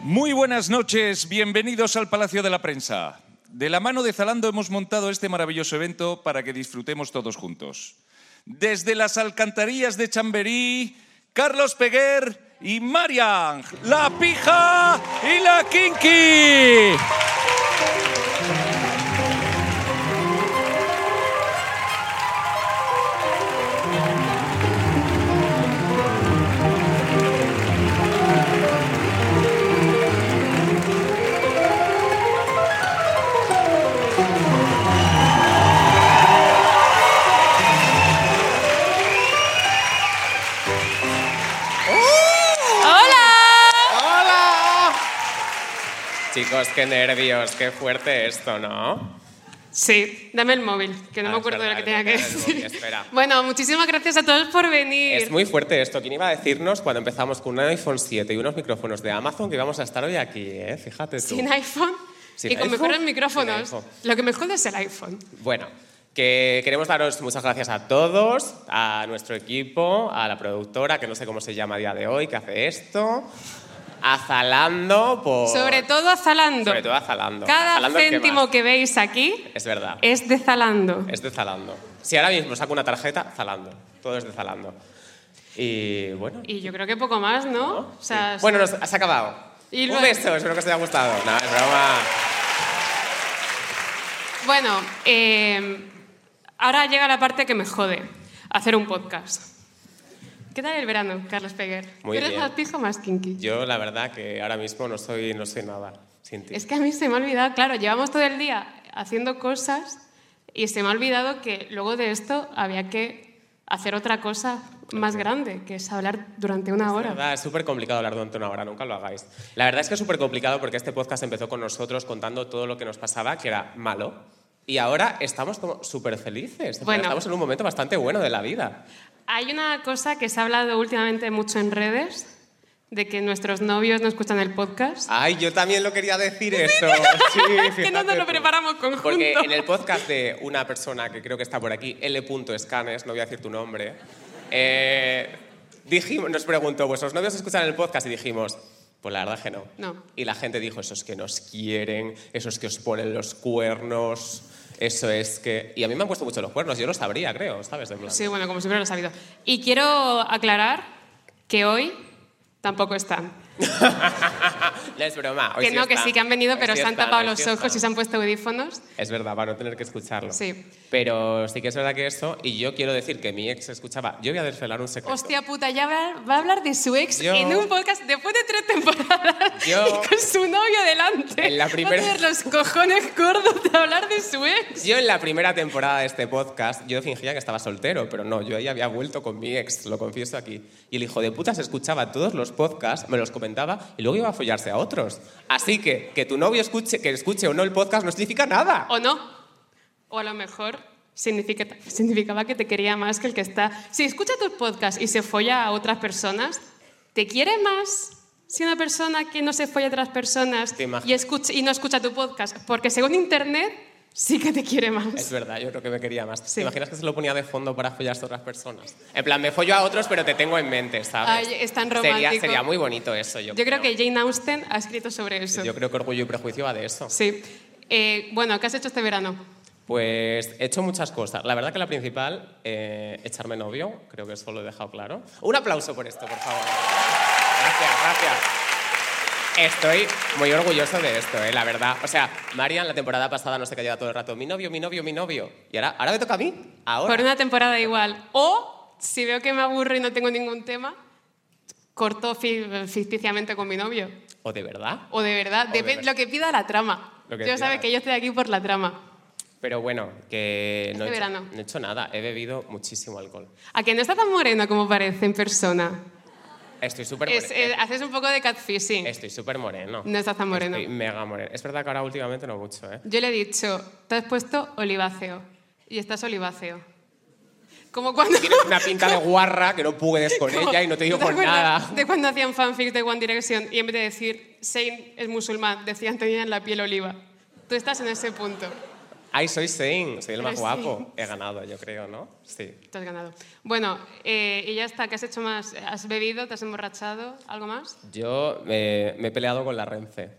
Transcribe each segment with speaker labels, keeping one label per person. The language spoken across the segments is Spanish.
Speaker 1: Muy buenas noches, bienvenidos al Palacio de la Prensa. De la mano de Zalando hemos montado este maravilloso evento para que disfrutemos todos juntos. Desde las alcantarillas de Chamberí, Carlos Peguer y Marian, la pija y la kinky.
Speaker 2: ¡Hola!
Speaker 3: ¡Hola! Chicos, qué nervios, qué fuerte esto, ¿no?
Speaker 2: Sí, dame el móvil, que no
Speaker 3: Ah,
Speaker 2: me
Speaker 3: es
Speaker 2: acuerdo de lo que
Speaker 3: verdad,
Speaker 2: tenía que
Speaker 3: es verdad, el móvil,
Speaker 2: decir.
Speaker 3: espera.
Speaker 2: Bueno, muchísimas gracias a todos por venir.
Speaker 3: Es muy fuerte esto. ¿Quién iba a decirnos cuando empezamos con un iPhone 7 y unos micrófonos de Amazon que íbamos a estar hoy aquí, eh? Fíjate tú.
Speaker 2: Sin iPhone
Speaker 3: Sin
Speaker 2: y con
Speaker 3: iPhone,
Speaker 2: mejores
Speaker 3: sin
Speaker 2: micrófonos.
Speaker 3: iPhone.
Speaker 2: Lo que me jode es el iPhone.
Speaker 3: Bueno, que queremos daros muchas gracias a todos, a nuestro equipo, a la productora, que no sé cómo se llama a día de hoy, que hace esto, a Zalando por...
Speaker 2: Sobre todo a Zalando.
Speaker 3: Sobre todo a Zalando.
Speaker 2: Cada
Speaker 3: Zalando, ¿qué
Speaker 2: céntimo
Speaker 3: más?
Speaker 2: que veis aquí
Speaker 3: Es verdad.
Speaker 2: es de Zalando.
Speaker 3: Es de Zalando. Si ahora mismo saco una tarjeta, Zalando. Todo es de Zalando. Y bueno.
Speaker 2: Y yo creo que poco más, ¿no? O sea,
Speaker 3: Sí. Bueno, nos has acabado.
Speaker 2: Y
Speaker 3: Un
Speaker 2: luego-
Speaker 3: beso, espero que os haya gustado. No, es broma.
Speaker 2: Bueno, eh, ahora llega la parte que me jode, hacer un podcast. ¿Qué tal el verano, Carlos Peguer?
Speaker 3: Muy
Speaker 2: ¿Tú eres
Speaker 3: bien.
Speaker 2: más pijo o más kinky?
Speaker 3: Yo, la verdad, que ahora mismo no soy, no soy nada sin ti.
Speaker 2: Es que a mí se me ha olvidado, claro, llevamos todo el día haciendo cosas y se me ha olvidado que luego de esto había que hacer otra cosa más grande, que es hablar durante una
Speaker 3: La
Speaker 2: hora.
Speaker 3: verdad, es súper complicado hablar durante una hora, nunca lo hagáis. La verdad es que es súper complicado porque este podcast empezó con nosotros contando todo lo que nos pasaba, que era malo. Y ahora estamos como súper felices.
Speaker 2: Bueno.
Speaker 3: Estamos en un momento bastante bueno de la vida.
Speaker 2: Hay una cosa que se ha hablado últimamente mucho en redes, de que nuestros novios no escuchan el podcast.
Speaker 3: Ay, yo también lo quería decir eso. Sí,
Speaker 2: que no nos
Speaker 3: fíjate
Speaker 2: lo
Speaker 3: tú.
Speaker 2: preparamos conjunto.
Speaker 3: Porque en el podcast de una persona que creo que está por aquí, L.Scanes, no voy a decir tu nombre, eh, dijimos, nos preguntó, ¿vuestros novios escuchan el podcast? Y dijimos, pues la verdad que no.
Speaker 2: No.
Speaker 3: Y la gente dijo, esos que nos quieren, esos que os ponen los cuernos, eso es que... Y a mí me han puesto mucho los cuernos, yo lo sabría, creo, ¿sabes? En plan,
Speaker 2: Sí, bueno, como siempre lo he sabido. Y quiero aclarar que hoy tampoco están.
Speaker 3: No es broma. hoy
Speaker 2: que
Speaker 3: sí
Speaker 2: no, que
Speaker 3: están,
Speaker 2: sí que han venido,
Speaker 3: hoy
Speaker 2: pero
Speaker 3: sí
Speaker 2: se han
Speaker 3: están,
Speaker 2: tapado
Speaker 3: hoy
Speaker 2: los
Speaker 3: sí
Speaker 2: ojos y
Speaker 3: están.
Speaker 2: se han puesto audífonos.
Speaker 3: Es verdad, para no tener que escucharlo.
Speaker 2: Sí.
Speaker 3: Pero sí que es verdad que eso, y yo quiero decir que mi ex escuchaba, yo voy a desvelar un secreto.
Speaker 2: Hostia puta, ya va, va a hablar de su ex
Speaker 3: Yo-
Speaker 2: en un podcast después de tres temporadas
Speaker 3: Yo-
Speaker 2: y con su novio delante.
Speaker 3: En la primera-
Speaker 2: Va a tener los cojones gordos de hablar de su ex.
Speaker 3: Yo en la primera temporada de este podcast, yo fingía que estaba soltero, pero no, yo ahí había vuelto con mi ex, lo confieso aquí. Y el hijo de puta se escuchaba todos los podcasts, me los comentaba y luego iba a follarse a otros. Así que que tu novio escuche, que escuche o no el podcast no significa nada.
Speaker 2: ¿O no? O a lo mejor significa- significaba que te quería más que el que está... Si escucha tus podcasts y se folla a otras personas, ¿te quiere más? Si una persona que no se folla a otras personas
Speaker 3: Te imaginas.
Speaker 2: y, escucha- y no escucha tu podcast, porque según Internet sí que te quiere
Speaker 3: Es
Speaker 2: más.
Speaker 3: verdad, yo creo que me quería más.
Speaker 2: Sí.
Speaker 3: ¿Te imaginas que se lo ponía de fondo para follarse a otras personas? En plan, me follo a otros, pero te tengo en mente, ¿sabes?
Speaker 2: Ay, es tan
Speaker 3: Sería,
Speaker 2: romántico.
Speaker 3: sería muy bonito eso, yo,
Speaker 2: Yo creo que Jane Austen ha escrito sobre eso.
Speaker 3: Yo creo que Orgullo y Prejuicio va de eso.
Speaker 2: Sí. Eh, bueno, ¿qué has hecho este verano?
Speaker 3: Pues he hecho muchas cosas. La verdad que la principal, eh, echarme novio, creo que eso lo he dejado claro. Un aplauso por esto, por favor. Gracias, gracias. Estoy muy orgulloso de esto, eh, la verdad. O sea, Marian la temporada pasada no se callaba todo el rato, mi novio, mi novio, mi novio. Y ahora, ahora me toca a mí. Ahora.
Speaker 2: Por una temporada igual. O, si veo que me aburro y no tengo ningún tema, corto fi- ficticiamente con mi novio.
Speaker 3: O de verdad.
Speaker 2: O de verdad,
Speaker 3: O de
Speaker 2: depende
Speaker 3: verdad.
Speaker 2: lo que pida la trama.
Speaker 3: Lo que
Speaker 2: Yo
Speaker 3: pida
Speaker 2: sabes
Speaker 3: la-
Speaker 2: que yo estoy aquí por la trama.
Speaker 3: Pero bueno, que
Speaker 2: Este
Speaker 3: no, he hecho,
Speaker 2: verano.
Speaker 3: no he hecho nada. He bebido muchísimo alcohol.
Speaker 2: A que no está tan moreno como parece en persona.
Speaker 3: Estoy súper
Speaker 2: Es- eh,
Speaker 3: moreno.
Speaker 2: haces un poco de catfishing.
Speaker 3: Estoy súper moreno.
Speaker 2: No estás tan moreno.
Speaker 3: Estoy mega moreno. Es verdad que ahora últimamente no mucho, ¿eh?
Speaker 2: Yo le he dicho, te has puesto oliváceo. Y estás oliváceo. Como cuando...
Speaker 3: Tienes una pinta de guarra que no puedes con ella y no te digo
Speaker 2: ¿Te
Speaker 3: con
Speaker 2: acuerdas
Speaker 3: nada.
Speaker 2: De cuando hacían fanfics de One Direction y en vez de decir Zayn es musulmán, decían tenían la piel oliva. Tú estás en ese punto.
Speaker 3: Ay, soy Sein, soy el más
Speaker 2: Eres
Speaker 3: guapo.
Speaker 2: Sein.
Speaker 3: He ganado, yo creo, ¿no? Sí.
Speaker 2: Te has ganado. Bueno, eh, y ya está. ¿Qué has hecho más? ¿Has bebido? ¿Te has emborrachado? ¿Algo más?
Speaker 3: Yo eh, me he peleado con la Renfe.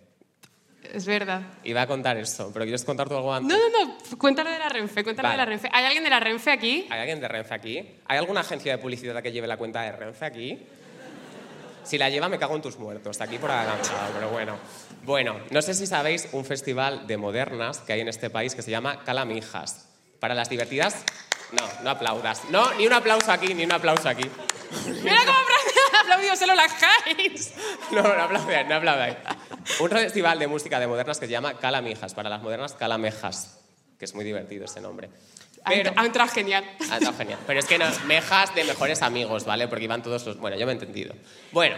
Speaker 2: Es verdad.
Speaker 3: Iba a contar esto, pero quieres contar tú algo antes.
Speaker 2: No, no, no. Cuéntalo de la Renfe. Cuéntalo de
Speaker 3: Vale.
Speaker 2: la Renfe. ¿Hay alguien de la Renfe aquí?
Speaker 3: ¿Hay alguien de Renfe aquí? ¿Hay alguna agencia de publicidad que lleve la cuenta de Renfe aquí? Si la lleva, me cago en tus muertos. Está aquí por adelantado, pero bueno. Bueno, no sé si sabéis un festival de modernas que hay en este país que se llama Calamijas. Para las divertidas... No, no aplaudas. No, ni un aplauso aquí, ni un aplauso aquí.
Speaker 2: Mira cómo apla- aplaudió solo la Jais.
Speaker 3: No, no aplaudáis, no aplaudáis. Un festival de música de modernas que se llama Calamijas. Para las modernas, Calamejas. Que es muy divertido ese nombre.
Speaker 2: Ha entra- ha entrado genial.
Speaker 3: Ah, está genial. Pero es que no, mejas de mejores amigos, ¿vale? Porque iban todos los... Bueno, yo me he entendido. Bueno,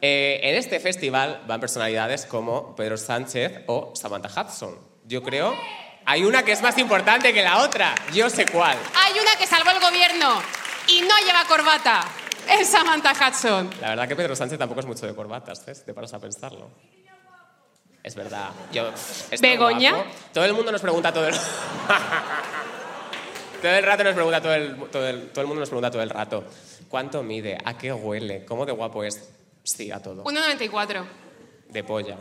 Speaker 3: eh, en este festival van personalidades como Pedro Sánchez o Samantha Hudson. Yo creo... Hay una que es más importante que la otra. Yo sé cuál.
Speaker 2: Hay una que salvó el gobierno y no lleva corbata. Es Samantha Hudson.
Speaker 3: La verdad que Pedro Sánchez tampoco es mucho de corbatas, ¿eh? Si te paras a pensarlo. Es verdad. Yo, es tan
Speaker 2: ¿Begoña?
Speaker 3: guapo. Todo el mundo nos pregunta todo el... todo el rato nos pregunta todo el, todo el- todo el mundo nos pregunta todo el rato. ¿Cuánto mide? ¿A qué huele? ¿Cómo de guapo es? Sí, a todo.
Speaker 2: 1,94.
Speaker 3: De polla.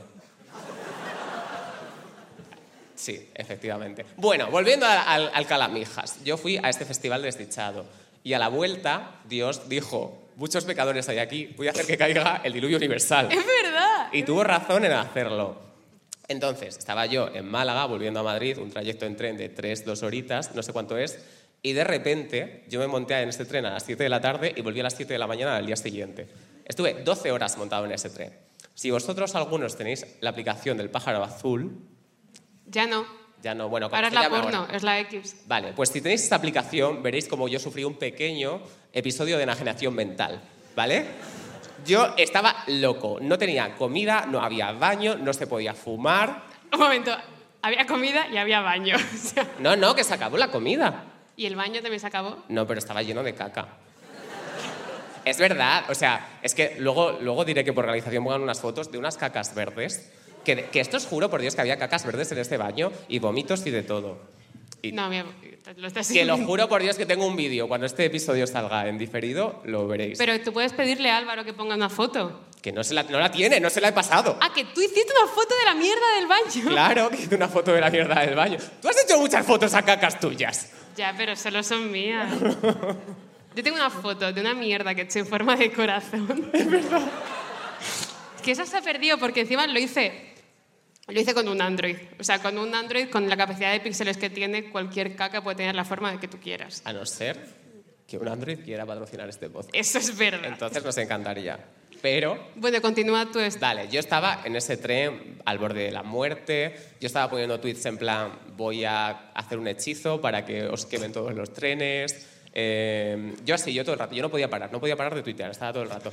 Speaker 3: Sí, efectivamente. Bueno, volviendo al, al- al Calamijas. Yo fui a este festival desdichado y a la vuelta Dios dijo, muchos pecadores hay aquí, voy a hacer que caiga el diluvio universal.
Speaker 2: Es verdad.
Speaker 3: Y tuvo razón en hacerlo. Entonces, estaba yo en Málaga, volviendo a Madrid, un trayecto en tren de 3, 2 horitas, no sé cuánto es, y de repente yo me monté en este tren a las 7 de la tarde y volví a las 7 de la mañana al día siguiente. Estuve 12 horas montado en ese tren. Si vosotros algunos tenéis la aplicación del pájaro azul,
Speaker 2: Ya no.
Speaker 3: ya no, bueno,
Speaker 2: Ahora es
Speaker 3: se
Speaker 2: la
Speaker 3: llame ahora?
Speaker 2: porno, es la X.
Speaker 3: Vale, pues si tenéis esta aplicación veréis como yo sufrí un pequeño episodio de enajenación mental, ¿vale? Yo estaba loco, no tenía comida, no había baño, no se podía fumar.
Speaker 2: Un momento. Había comida y había baño. O sea,
Speaker 3: No, no, que se acabó la comida.
Speaker 2: y el baño también se acabó.
Speaker 3: No, pero estaba lleno de caca. Es verdad, o sea, es que luego, luego diré que por realización pongan unas fotos de unas cacas verdes, que, que esto os juro por Dios que había cacas verdes en este baño y vómitos y de todo. Y-
Speaker 2: No, mira, lo estás
Speaker 3: Que lo juro por Dios que tengo un vídeo. Cuando este episodio salga en diferido, lo veréis.
Speaker 2: Pero tú puedes pedirle a Álvaro que ponga una foto.
Speaker 3: Que no, se la, no la tiene, no se la he pasado.
Speaker 2: Ah, que tú hiciste una foto de la mierda del baño.
Speaker 3: Claro, que hice una foto de la mierda del baño. Tú has hecho muchas fotos a cacas tuyas.
Speaker 2: Ya, pero solo son mías. Yo tengo una foto de una mierda que he hecho en forma de corazón. Es verdad. que esa se ha perdido porque encima lo hice. Lo hice con un Android. O sea, con un Android, con la capacidad de píxeles que tiene, cualquier caca puede tener la forma de que tú quieras.
Speaker 3: A no ser que un Android quiera patrocinar este podcast.
Speaker 2: Eso es verdad.
Speaker 3: Entonces nos encantaría. Pero,
Speaker 2: bueno, continúa tú. esta.
Speaker 3: dale, yo estaba en ese tren al borde de la muerte. Yo estaba poniendo tweets en plan: voy a hacer un hechizo para que os quemen todos los trenes. Eh, yo así, yo todo el rato. Yo no podía parar, no podía parar de tuitear, estaba todo el rato.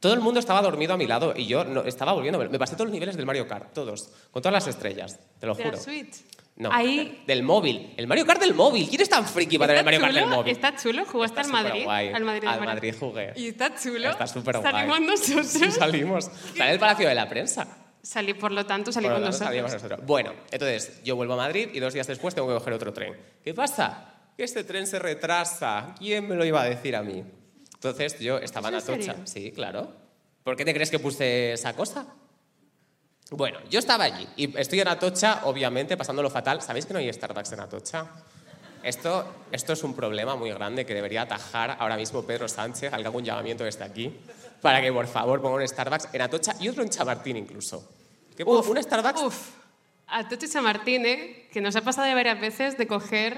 Speaker 3: Todo el mundo estaba dormido a mi lado y yo no, estaba volviendo. Me pasé todos los niveles del Mario Kart, todos, con todas las estrellas, te lo
Speaker 2: De
Speaker 3: juro.
Speaker 2: la Switch.
Speaker 3: No,
Speaker 2: Ahí.
Speaker 3: del móvil. El Mario Kart del móvil. ¿Quién es tan friki para tener el Mario Kart del
Speaker 2: chulo,
Speaker 3: móvil?
Speaker 2: Está chulo, jugaste
Speaker 3: Está
Speaker 2: al Madrid.
Speaker 3: superguay.
Speaker 2: Al Madrid,
Speaker 3: Al
Speaker 2: Madrid.
Speaker 3: Madrid jugué.
Speaker 2: Y está chulo.
Speaker 3: Está superguay.
Speaker 2: Salimos
Speaker 3: Sí,
Speaker 2: nosotros.
Speaker 3: salimos. Sale el Palacio de la Prensa.
Speaker 2: Salí, por lo tanto, salí
Speaker 3: Por
Speaker 2: con
Speaker 3: lo tanto,
Speaker 2: nosotros.
Speaker 3: salimos nosotros. Bueno, entonces yo vuelvo a Madrid y dos días después tengo que coger otro tren. ¿Qué pasa? Que este tren se retrasa. ¿Quién me lo iba a decir a mí? Entonces yo estaba en
Speaker 2: ¿Es en
Speaker 3: Atocha.
Speaker 2: serio?
Speaker 3: Sí, claro. ¿Por qué te crees que puse esa cosa? Bueno, yo estaba allí y estoy en Atocha, obviamente, pasándolo fatal. ¿Sabéis que no hay Starbucks en Atocha? Esto, esto es un problema muy grande que debería atajar ahora mismo Pedro Sánchez, haga algún llamamiento desde aquí, para que por favor ponga un Starbucks en Atocha y otro en Chamartín incluso. ¿Qué pongo? ¿Un Starbucks?
Speaker 2: Uf, a Tocha y San Martín, ¿eh? que nos ha pasado ya varias veces de coger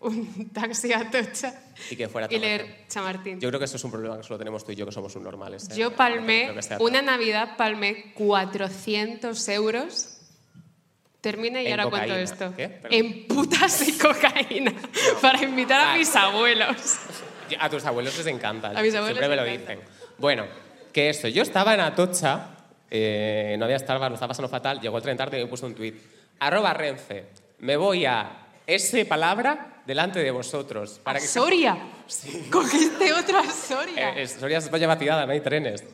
Speaker 2: un taxi a Tocha
Speaker 3: Y que fuera
Speaker 2: y
Speaker 3: Chamartín.
Speaker 2: leer Chamartín.
Speaker 3: Yo
Speaker 2: Yo,
Speaker 3: creo que eso es un problema que solo tenemos tú y yo, que somos subnormales. ¿eh?
Speaker 2: palmé,
Speaker 3: Lo que sea.
Speaker 2: una Navidad palmé 400 euros. Termina y
Speaker 3: En
Speaker 2: ahora
Speaker 3: cocaína.
Speaker 2: cuento esto.
Speaker 3: ¿Qué? Perdón.
Speaker 2: En putas y cocaína. Para invitar a
Speaker 3: Ah.
Speaker 2: mis abuelos.
Speaker 3: A tus abuelos les encanta.
Speaker 2: A mis abuelos
Speaker 3: Siempre me
Speaker 2: les
Speaker 3: lo
Speaker 2: encanta.
Speaker 3: dicen. Bueno, que eso. Yo estaba en Atocha, eh, no había Starbucks, lo estaba pasando fatal. Llegó el tren tarde y me puso un tuit. Arroba Renfe, me voy a ese palabra delante de vosotros.
Speaker 2: A
Speaker 3: que
Speaker 2: Soria. Cogiste otra Soria.
Speaker 3: Eh, eh, Soria es España batida, no hay trenes.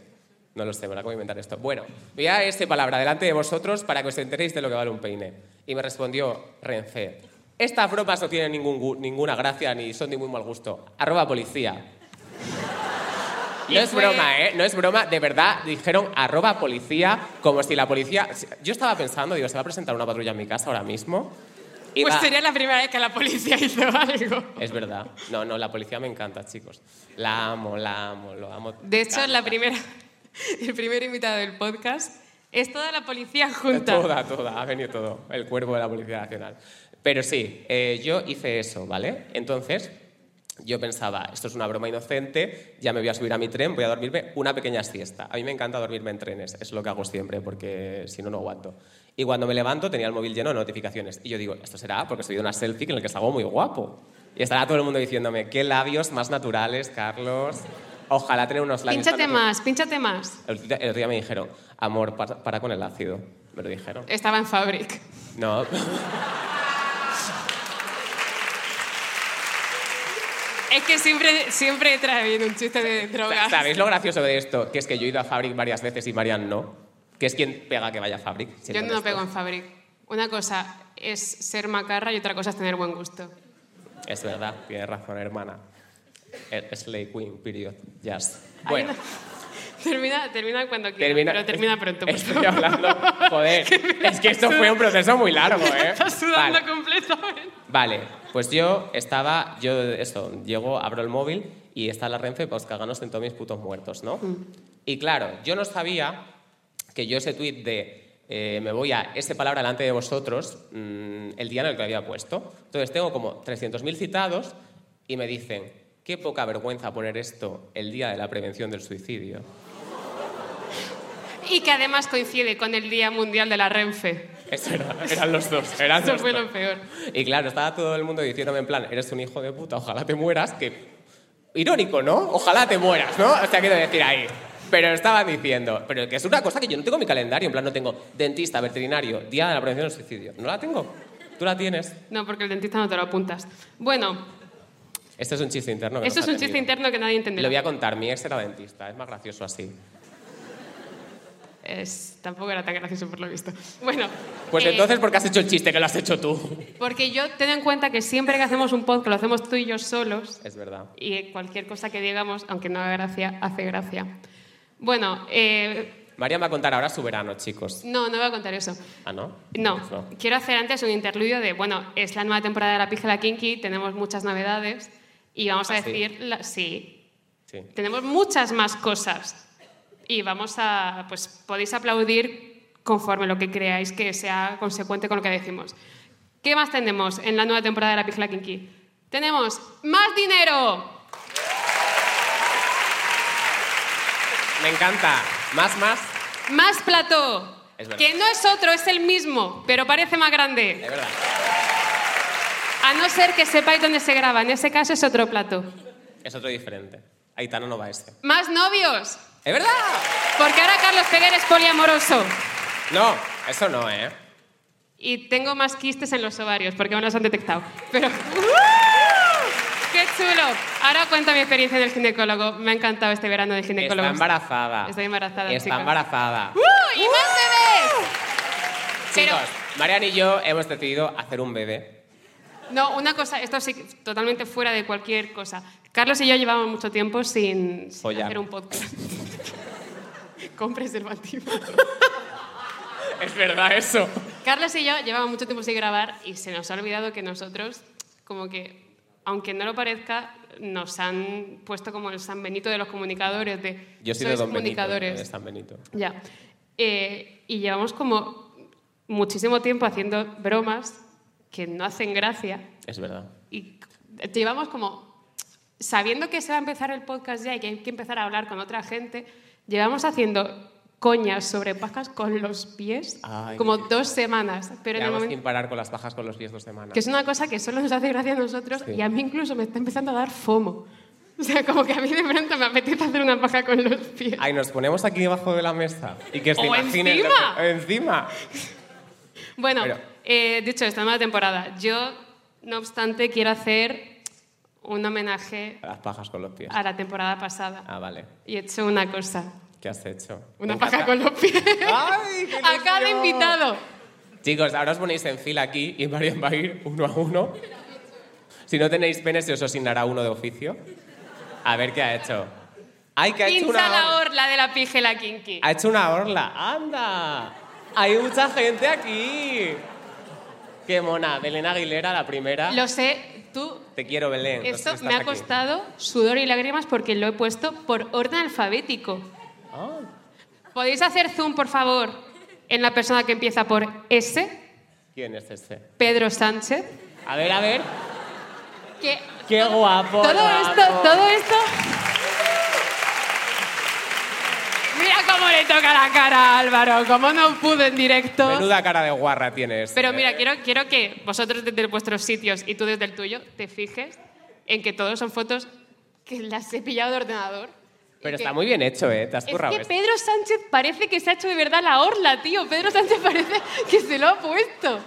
Speaker 3: No lo sé, me lo acabo de inventar esto. Bueno, voy a este palabra delante de vosotros para que os enteréis de lo que vale un peine. Y me respondió Renfe, Estas bromas no tienen ningún gu- ninguna gracia ni son de muy mal gusto. Arroba policía. No
Speaker 2: Y
Speaker 3: es
Speaker 2: fue-
Speaker 3: broma, ¿eh? No es broma. De verdad, dijeron arroba policía como si la policía... Yo estaba pensando, digo, se va a presentar una patrulla en mi casa ahora mismo. Y
Speaker 2: Pues
Speaker 3: va-
Speaker 2: sería la primera vez que la policía hizo algo.
Speaker 3: Es verdad. No, no, la policía me encanta, chicos. La amo, la amo, lo amo.
Speaker 2: De hecho,
Speaker 3: Me
Speaker 2: la
Speaker 3: encanta.
Speaker 2: primera, el primer invitado del podcast es toda la policía junta.
Speaker 3: Toda, toda, ha venido todo. El cuerpo de la Policía Nacional. Pero sí, eh, yo hice eso, ¿vale? Entonces, yo pensaba, esto es una broma inocente, ya me voy a subir a mi tren, voy a dormirme una pequeña siesta. A mí me encanta dormirme en trenes, es lo que hago siempre, porque si no, no aguanto. Y cuando me levanto tenía el móvil lleno de notificaciones. Y yo digo, esto será porque soy de una selfie en la que salgo muy guapo. Y estará todo el mundo diciéndome, qué labios más naturales, Carlos. Ojalá tener unos labios tan
Speaker 2: Pínchate
Speaker 3: naturales".
Speaker 2: más, pínchate más.
Speaker 3: El otro día- el otro día me dijeron, amor, para, para con el ácido. Me lo dijeron.
Speaker 2: Estaba en Fabric.
Speaker 3: No.
Speaker 2: Es que siempre, siempre trae bien un chiste de drogas.
Speaker 3: ¿Sabéis lo gracioso de esto? Que es que yo he ido a Fabric varias veces y Marian no. Que es quien pega que vaya a Fabric.
Speaker 2: Yo no pego en Fabric. Una cosa es ser macarra y otra cosa es tener buen gusto.
Speaker 3: Es verdad, tienes razón, hermana. Eh, Es Slay Queen, period. Yes. Bueno,
Speaker 2: Termina, termina cuando quieras,
Speaker 3: termina.
Speaker 2: pero termina pronto, por
Speaker 3: Estoy
Speaker 2: favor.
Speaker 3: hablando. Joder, es que esto fue un proceso muy largo, ¿eh?
Speaker 2: Estás sudando
Speaker 3: Vale.
Speaker 2: completamente.
Speaker 3: Vale, pues yo estaba, yo eso, llego, abro el móvil y está la Renfe, pues caganos en todos mis putos muertos, ¿no?
Speaker 2: Mm.
Speaker 3: Y claro, yo no sabía que yo ese tuit de eh, me voy a ese palabra delante de vosotros, mm, el día en el que lo había puesto. Entonces tengo como 300.000 citados y me dicen, qué poca vergüenza poner esto el día de la prevención del suicidio.
Speaker 2: Y que además coincide con el Día Mundial de la Renfe.
Speaker 3: Eso era- eran los dos, eran
Speaker 2: Eso
Speaker 3: los
Speaker 2: fue
Speaker 3: dos.
Speaker 2: lo peor.
Speaker 3: Y claro, estaba todo el mundo diciéndome en plan, eres un hijo de puta, ojalá te mueras, que irónico, ¿no? Ojalá te mueras, ¿no? O sea, quiero decir ahí. Pero estaban diciendo, pero que es una cosa que yo no tengo en mi calendario, en plan no tengo dentista, veterinario, día de la prevención del suicidio. No la tengo. Tú la tienes.
Speaker 2: No, porque el dentista no te lo apuntas. Bueno,
Speaker 3: Este es un chiste interno. que
Speaker 2: esto es
Speaker 3: nos
Speaker 2: un
Speaker 3: ha
Speaker 2: chiste
Speaker 3: tenido.
Speaker 2: interno que nadie entenderá.
Speaker 3: Lo voy a contar, mi ex era dentista, es más gracioso así.
Speaker 2: Es- tampoco era tan gracioso por lo visto. Bueno.
Speaker 3: Pues
Speaker 2: eh,
Speaker 3: entonces, ¿por qué has hecho el chiste que lo has hecho tú?
Speaker 2: Porque yo ten en cuenta que siempre que hacemos un podcast lo hacemos tú y yo solos
Speaker 3: Es verdad.
Speaker 2: y eh, cualquier cosa que digamos, aunque no haga gracia, hace gracia. Bueno, eh,
Speaker 3: María va a contar ahora su verano, chicos.
Speaker 2: no, no voy a contar eso.
Speaker 3: Ah, ¿no?
Speaker 2: No, quiero hacer antes un interludio de, bueno, es la nueva temporada de La Pija y la Kinky, tenemos muchas novedades y vamos a
Speaker 3: Ah, sí.
Speaker 2: decir, la- sí,
Speaker 3: Sí.
Speaker 2: tenemos muchas más cosas y vamos a, pues podéis aplaudir conforme lo que creáis que sea consecuente con lo que decimos. ¿Qué más tenemos en la nueva temporada de La Pija y la Kinky? Tenemos más dinero.
Speaker 3: Me encanta. Más, más.
Speaker 2: Más plató.
Speaker 3: Es verdad.
Speaker 2: que no es otro, es el mismo, pero parece más grande.
Speaker 3: Es verdad.
Speaker 2: A no ser que sepáis dónde se graba, en ese caso es otro plato.
Speaker 3: Es otro diferente. Aitana no va a ese.
Speaker 2: Más novios.
Speaker 3: ¡Es verdad!
Speaker 2: Porque ahora Carlos Peguer es poliamoroso.
Speaker 3: No, eso no, ¿eh?
Speaker 2: Y tengo más quistes en los ovarios, porque me los han detectado. Pero... ¡Uh! ¡Qué chulo! Ahora cuento mi experiencia en el ginecólogo. Me ha encantado este verano de ginecólogo.
Speaker 3: Está embarazada.
Speaker 2: Estoy embarazada,
Speaker 3: Está
Speaker 2: chicos.
Speaker 3: embarazada.
Speaker 2: ¡Uh! ¡Y más bebés! Pero-
Speaker 3: Chicos, Marian y yo hemos decidido hacer un bebé.
Speaker 2: No, una cosa, esto sí, que totalmente fuera de cualquier cosa. Carlos y yo llevamos mucho tiempo sin, sin
Speaker 3: Follar.
Speaker 2: hacer un podcast. Con preservativo.
Speaker 3: Es verdad eso.
Speaker 2: Carlos y yo llevamos mucho tiempo sin grabar y se nos ha olvidado que nosotros, como que, aunque no lo parezca, nos han puesto como el San Benito de los comunicadores, de
Speaker 3: Yo soy
Speaker 2: sois
Speaker 3: de Don Benito, de
Speaker 2: comunicadores.
Speaker 3: San Benito.
Speaker 2: ya. Eh, y llevamos como muchísimo tiempo haciendo bromas que no hacen gracia
Speaker 3: Es verdad.
Speaker 2: y llevamos como sabiendo que se va a empezar el podcast ya y que hay que empezar a hablar con otra gente, llevamos haciendo coñas sobre pajas con los pies
Speaker 3: Ay.
Speaker 2: como dos semanas, pero en el
Speaker 3: Llevamos sin
Speaker 2: momento
Speaker 3: parar con las bajas con los pies dos semanas.
Speaker 2: que es una cosa que solo nos hace gracia a nosotros
Speaker 3: Sí.
Speaker 2: y a mí incluso me está empezando a dar fomo. O sea, como que a mí de pronto me apetece hacer una paja con los pies.
Speaker 3: Ay, nos ponemos aquí debajo de la mesa. Y que se
Speaker 2: O
Speaker 3: imaginen lo
Speaker 2: encima.
Speaker 3: que- encima.
Speaker 2: Bueno,
Speaker 3: Pero-
Speaker 2: eh, dicho esto, nueva temporada. Yo, no obstante, quiero hacer un homenaje
Speaker 3: Las pajas con los pies.
Speaker 2: a la temporada pasada.
Speaker 3: Ah, vale.
Speaker 2: Y he hecho una cosa.
Speaker 3: ¿Qué has hecho?
Speaker 2: Una
Speaker 3: Me
Speaker 2: paja
Speaker 3: encanta.
Speaker 2: con los pies.
Speaker 3: ¡Ay, qué
Speaker 2: a cada
Speaker 3: ilusión!
Speaker 2: invitado.
Speaker 3: Chicos, ahora os ponéis en fila aquí y Marian va a ir uno a uno. Si no tenéis pene, se os asignará uno de oficio. A ver qué ha hecho. ¡Ay, que ha hecho
Speaker 2: Pinza
Speaker 3: una
Speaker 2: la
Speaker 3: orla!
Speaker 2: orla de la pigela kinky.
Speaker 3: Ha hecho una orla. ¡Anda! Hay mucha gente aquí. ¡Qué mona! Belén Aguilera, la primera.
Speaker 2: Lo sé, tú.
Speaker 3: Te quiero, Belén. No sé
Speaker 2: Esto
Speaker 3: si
Speaker 2: me
Speaker 3: estás
Speaker 2: ha
Speaker 3: pues aquí.
Speaker 2: costado sudor y lágrimas porque lo he puesto por orden alfabético.
Speaker 3: Ah.
Speaker 2: ¿Podéis hacer zoom, por favor, en la persona que empieza por S,
Speaker 3: ¿Quién es este?
Speaker 2: Pedro Sánchez?
Speaker 3: A ver, a ver.
Speaker 2: Que
Speaker 3: ¡Qué guapo!
Speaker 2: todo
Speaker 3: guapo.
Speaker 2: esto, todo esto. Mira cómo le toca la cara a Álvaro, cómo no pudo en directo.
Speaker 3: Menuda cara de guarra este, eh. tienes.
Speaker 2: Pero mira, quiero, quiero que vosotros desde vuestros sitios y tú desde el tuyo te fijes en que todos son fotos que las he pillado de ordenador. y
Speaker 3: Pero
Speaker 2: que-
Speaker 3: está muy bien hecho, ¿eh? Te has
Speaker 2: Es
Speaker 3: currado
Speaker 2: que
Speaker 3: esto.
Speaker 2: Pedro Sánchez parece que se ha hecho de verdad la orla, tío. Pedro Sánchez parece que se lo ha puesto.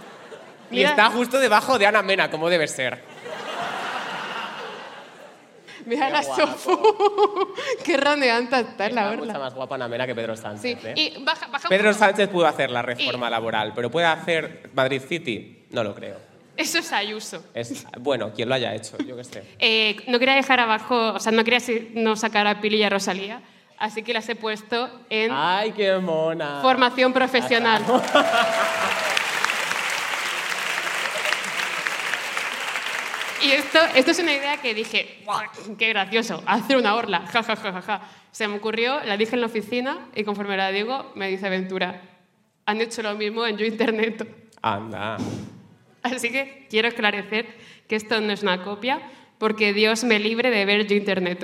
Speaker 3: Y está justo debajo de Ana Mena, como debe ser.
Speaker 2: mira
Speaker 3: Qué
Speaker 2: la
Speaker 3: guapo.
Speaker 2: Sofú. Qué roneanta está en la
Speaker 3: Está
Speaker 2: orla.
Speaker 3: mucho más guapa Ana Mena que Pedro
Speaker 2: Sí,
Speaker 3: Sánchez. ¿eh?
Speaker 2: y baja, baja un
Speaker 3: Pedro
Speaker 2: poco.
Speaker 3: Sánchez pudo hacer la reforma laboral, pero ¿puede hacer Madrid City? No lo creo.
Speaker 2: Eso es Ayuso.
Speaker 3: Es, bueno, quien lo haya hecho, yo que sé.
Speaker 2: Eh, no quería dejar abajo, o sea, no quería si- no sacar a Pili y a Rosalía, así que las he puesto en
Speaker 3: ¡Ay, qué mona!
Speaker 2: formación profesional. Y esto, esto es una idea que dije, "Buah, qué gracioso, hacer una orla, ja, ja, ja, ja, ja". Se me ocurrió, la dije en la oficina y conforme la digo, me dice Ventura, han hecho lo mismo en Yo Internet.
Speaker 3: Anda.
Speaker 2: Así que quiero esclarecer que esto no es una copia, porque Dios me libre de ver Yo Internet.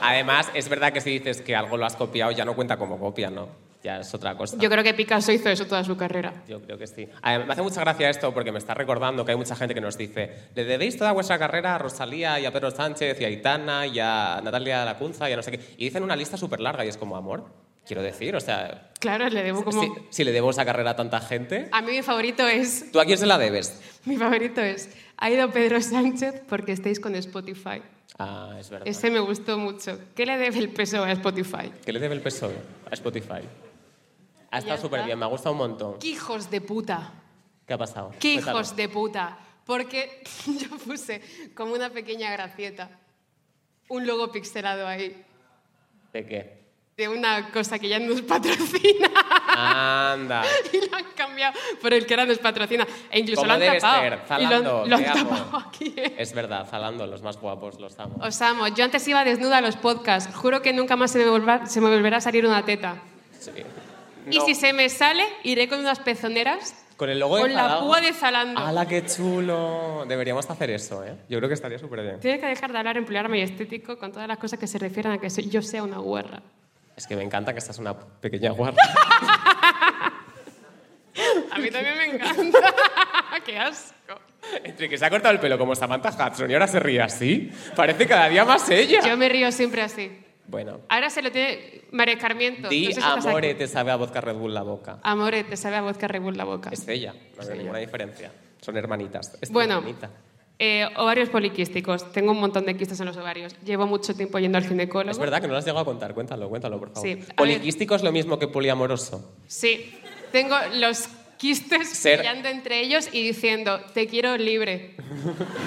Speaker 3: Además, es verdad que si dices que algo lo has copiado, ya no cuenta como copia, ¿no? Ya es otra cosa.
Speaker 2: Yo creo que Picasso hizo eso toda su carrera.
Speaker 3: Yo creo que sí. Además, me hace mucha gracia esto porque me está recordando que hay mucha gente que nos dice, le debéis toda vuestra carrera a Rosalía y a Pedro Sánchez y a Itana y a Natalia Lacunza y a no sé qué. Y dicen una lista súper larga y es como, amor, quiero decir, o sea,
Speaker 2: Claro, le debo como...
Speaker 3: si, si le debo esa carrera a tanta gente,
Speaker 2: A mí mi favorito es...
Speaker 3: ¿tú a quién se la debes?
Speaker 2: Mi favorito es... Ha ido Pedro Sánchez porque estáis con Spotify.
Speaker 3: Ah, es verdad.
Speaker 2: Ese me gustó mucho. ¿Qué le debe el peso a Spotify?
Speaker 3: ¿Qué le debe el PSOE a Spotify?
Speaker 2: Ya
Speaker 3: Ha estado súper
Speaker 2: está.
Speaker 3: bien, me ha gustado un montón.
Speaker 2: ¡Qué hijos de puta!
Speaker 3: ¿Qué ha pasado?
Speaker 2: ¡Qué
Speaker 3: Cuéntanos.
Speaker 2: hijos de puta! Porque yo puse como una pequeña gracieta un logo pixelado ahí
Speaker 3: ¿De qué?
Speaker 2: de una cosa que ya nos patrocina
Speaker 3: Anda.
Speaker 2: y lo han cambiado por el que ahora nos patrocina. E incluso
Speaker 3: Como
Speaker 2: lo han
Speaker 3: debe
Speaker 2: tapado.
Speaker 3: ser,
Speaker 2: y lo han-
Speaker 3: Zalando,
Speaker 2: lo han
Speaker 3: te amo.
Speaker 2: tapado aquí. ¿eh?
Speaker 3: Es verdad, Zalando, los más guapos, los amo.
Speaker 2: Os amo. Yo antes iba desnuda a los podcasts. Juro que nunca más se me, volva- se me volverá a salir una teta.
Speaker 3: Sí.
Speaker 2: Y
Speaker 3: No.
Speaker 2: si se me sale, iré con unas pezoneras
Speaker 3: Con el logo de
Speaker 2: Con la
Speaker 3: Zalando.
Speaker 2: púa de Zalando.
Speaker 3: ¡Hala, qué chulo! Deberíamos hacer eso, ¿eh? Yo creo que estaría súper bien.
Speaker 2: Tienes que dejar de hablar en plural y estético con todas las cosas que se refieren a que soy- yo sea una guerra.
Speaker 3: Es que me encanta que estás una pequeña guarda.
Speaker 2: A mí también me encanta. ¡Qué asco!
Speaker 3: Entre que se ha cortado el pelo como Samantha Hudson y ahora se ríe así, parece cada día más ella.
Speaker 2: Yo me río siempre así.
Speaker 3: Bueno,
Speaker 2: Ahora se lo tiene María Escarmiento.
Speaker 3: di
Speaker 2: no sé si estás
Speaker 3: amore,
Speaker 2: aquí.
Speaker 3: te sabe a vodka Red Bull la boca.
Speaker 2: Amore, te sabe a vodka Red Bull la boca.
Speaker 3: Es ella, no veo ninguna diferencia. Son hermanitas. Es
Speaker 2: Bueno,
Speaker 3: hermanita.
Speaker 2: eh, ovarios poliquísticos. Tengo un montón de quistes en los ovarios. Llevo mucho tiempo yendo al ginecólogo.
Speaker 3: Es verdad que no lo has llegado a contar, cuéntalo, cuéntalo, por favor.
Speaker 2: Sí, a ver.
Speaker 3: Poliquístico es lo mismo que poliamoroso.
Speaker 2: Sí. Tengo los quistes
Speaker 3: Ser-
Speaker 2: peleando entre ellos y diciendo, te quiero libre,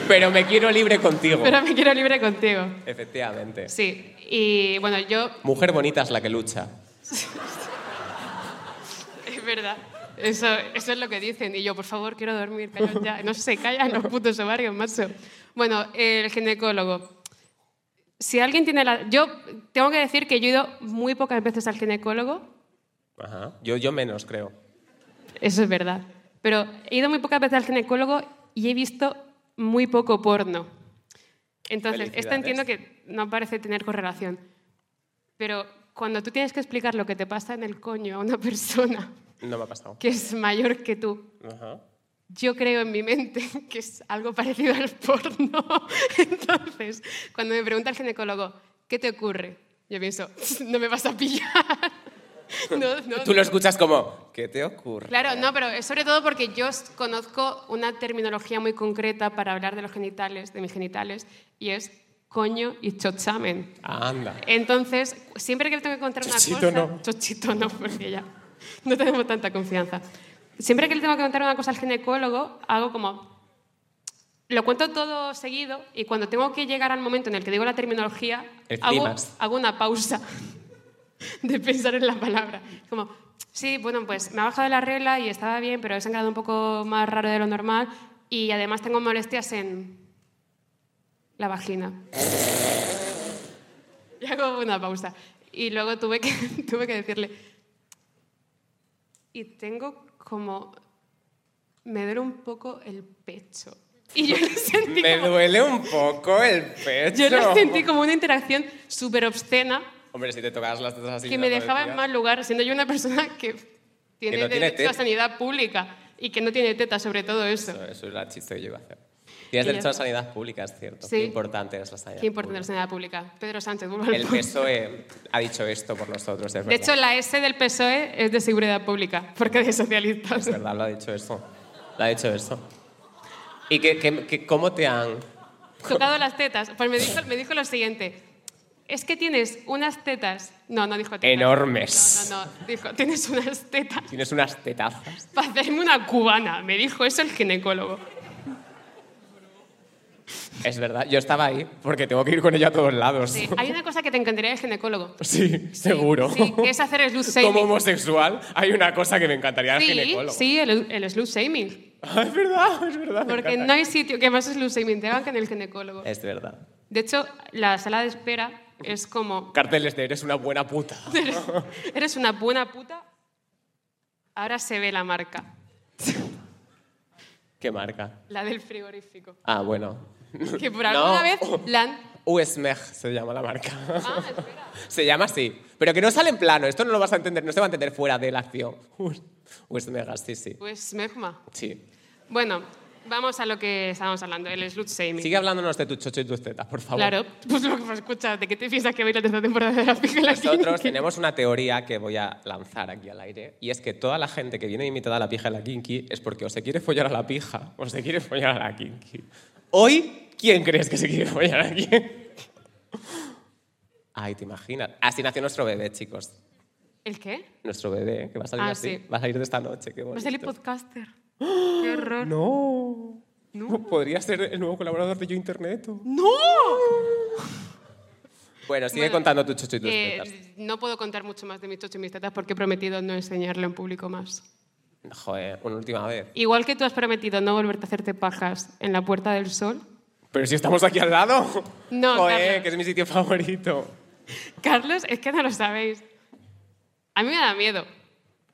Speaker 3: Pero me quiero libre contigo.
Speaker 2: pero me quiero libre contigo.
Speaker 3: Efectivamente.
Speaker 2: Sí. Y bueno, yo
Speaker 3: Mujer bonita es la que lucha.
Speaker 2: Es verdad. Eso, eso es lo que dicen. Y yo, por favor, quiero dormir, callan ya. No se callan los putos ovarios, macho. Bueno, el ginecólogo. Si alguien tiene la... Yo tengo que decir que yo he ido muy pocas veces al ginecólogo.
Speaker 3: Ajá. Yo, yo menos, creo.
Speaker 2: Eso es verdad. Pero he ido muy pocas veces al ginecólogo y he visto muy poco porno. Entonces, esto
Speaker 3: Felicidades.
Speaker 2: entiendo que no parece tener correlación. Pero cuando tú tienes que explicar lo que te pasa en el coño a una persona
Speaker 3: No me ha pasado.
Speaker 2: que es mayor que tú,
Speaker 3: Ajá.
Speaker 2: yo creo en mi mente que es algo parecido al porno. Entonces, cuando me pregunta el ginecólogo, ¿qué te ocurre? Yo pienso, no me vas a pillar. No, no.
Speaker 3: Tú lo escuchas como, ¿qué te ocurre?
Speaker 2: Claro, no, pero es sobre todo porque yo s- conozco una terminología muy concreta para hablar de los genitales, de mis genitales, y es coño y chochamen.
Speaker 3: Anda.
Speaker 2: Entonces, siempre que le tengo que contar una
Speaker 3: Chochito
Speaker 2: cosa...
Speaker 3: no.
Speaker 2: Chochito no, porque ya no tenemos tanta confianza. Siempre que le tengo que contar una cosa al ginecólogo, hago como... Lo cuento todo seguido y cuando tengo que llegar al momento en el que digo la terminología,
Speaker 3: El
Speaker 2: hago,
Speaker 3: clímax.
Speaker 2: hago una pausa de pensar en la palabra. Como, sí, bueno, pues me ha bajado la regla y estaba bien, pero he sangrado un poco más raro de lo normal y además tengo molestias en la vagina. Y hago una pausa. Y luego tuve que, tuve que decirle, y tengo como, me duele un poco el pecho. Y yo le sentí
Speaker 3: Me
Speaker 2: como-
Speaker 3: duele un poco el pecho.
Speaker 2: yo lo sentí como una interacción súper obscena
Speaker 3: Hombre, si te tocas las tetas así.
Speaker 2: que me
Speaker 3: todo el
Speaker 2: dejaba
Speaker 3: día.
Speaker 2: en mal lugar, siendo yo una persona que tiene
Speaker 3: Que no tiene
Speaker 2: derecho a
Speaker 3: teta.
Speaker 2: sanidad pública y que no tiene teta sobre todo eso.
Speaker 3: Eso, eso era el chiste que yo iba a hacer.
Speaker 2: Y ya
Speaker 3: Tienes derecho a
Speaker 2: está.
Speaker 3: sanidad pública, es cierto.
Speaker 2: Sí.
Speaker 3: Qué importante es la sanidad.
Speaker 2: Qué importante la
Speaker 3: pública.
Speaker 2: sanidad pública. Pedro Sánchez, vuelvo al
Speaker 3: El
Speaker 2: punto.
Speaker 3: PSOE ha dicho esto por nosotros, es verdad.
Speaker 2: De hecho, la S del PSOE es de seguridad pública, porque de socialistas.
Speaker 3: Es verdad, lo ha dicho eso. Lo ha dicho eso. ¿Y qué, qué- qué- cómo te han...?
Speaker 2: Tocado las tetas. Pues me dijo, me dijo lo siguiente. Es que tienes unas tetas... No, no dijo tetas.
Speaker 3: Enormes.
Speaker 2: No, no, no. Dijo, tienes unas tetas
Speaker 3: Tienes unas tetazas.
Speaker 2: para hacerme una cubana. Me dijo eso el ginecólogo.
Speaker 3: Es verdad, yo estaba ahí porque tengo que ir con ella a todos lados.
Speaker 2: Sí, Hay una cosa que te encantaría del ginecólogo.
Speaker 3: Sí, seguro.
Speaker 2: Sí, que es hacer el shaming.
Speaker 3: Como homosexual, hay una cosa que me encantaría al
Speaker 2: Sí,
Speaker 3: ginecólogo.
Speaker 2: sí, el, el slut shaming.
Speaker 3: Ah, es verdad, es verdad. me
Speaker 2: Porque
Speaker 3: encanta. Eh.
Speaker 2: no hay sitio que más slut shaming te hagan que en el ginecólogo.
Speaker 3: Es verdad.
Speaker 2: De hecho, la sala de espera es como...
Speaker 3: Carteles de eres una buena puta.
Speaker 2: Eres, eres una buena puta. Ahora se ve la marca,
Speaker 3: ¿Qué marca?
Speaker 2: la del frigorífico.
Speaker 3: Ah, bueno.
Speaker 2: Que por alguna
Speaker 3: No.
Speaker 2: vez la han...
Speaker 3: USMEG se llama la marca.
Speaker 2: Ah, espera.
Speaker 3: Se llama así. Pero que no sale en plano. Esto no lo vas a entender, no se va a entender fuera de la acción. USMEG, sí, sí.
Speaker 2: Pues megma.
Speaker 3: Sí.
Speaker 2: Bueno, vamos a lo que estábamos hablando, el slut shaming.
Speaker 3: Sigue hablándonos de tu chocho y tus tetas, por favor.
Speaker 2: Claro, pues lo que escucha, ¿de qué te piensas que va a ir la tercera temporada de la película?
Speaker 3: Nosotros tenemos una teoría que voy a lanzar aquí al aire, y es que toda la gente que viene invitada a la pija y la kinky es porque o se quiere follar a la pija o se quiere follar a la kinky. Hoy, ¿quién crees que se quiere follar a quién? Ay, te imaginas. Así nació nuestro bebé, chicos.
Speaker 2: ¿El qué?
Speaker 3: Nuestro bebé, que va a salir
Speaker 2: Ah,
Speaker 3: así.
Speaker 2: sí.
Speaker 3: Va a salir de esta noche, qué
Speaker 2: Va a
Speaker 3: bonito.
Speaker 2: salir podcaster. ¡Qué horror!
Speaker 3: No. Podría ser el nuevo colaborador de Yo Internet.
Speaker 2: ¡No!
Speaker 3: Bueno, sigue
Speaker 2: Bueno,
Speaker 3: contando tu chocho y tus
Speaker 2: Eh,
Speaker 3: tetas.
Speaker 2: no puedo contar mucho más de mis chochos y mis tetas porque he prometido no enseñarlo en público más.
Speaker 3: Joder, una última vez.
Speaker 2: Igual que tú has prometido no volverte a hacerte pajas en la Puerta del Sol,
Speaker 3: Pero si estamos aquí al lado.
Speaker 2: No,
Speaker 3: Joder,
Speaker 2: Carlos.
Speaker 3: que es mi sitio favorito.
Speaker 2: Carlos, es que no lo sabéis. A mí me da miedo.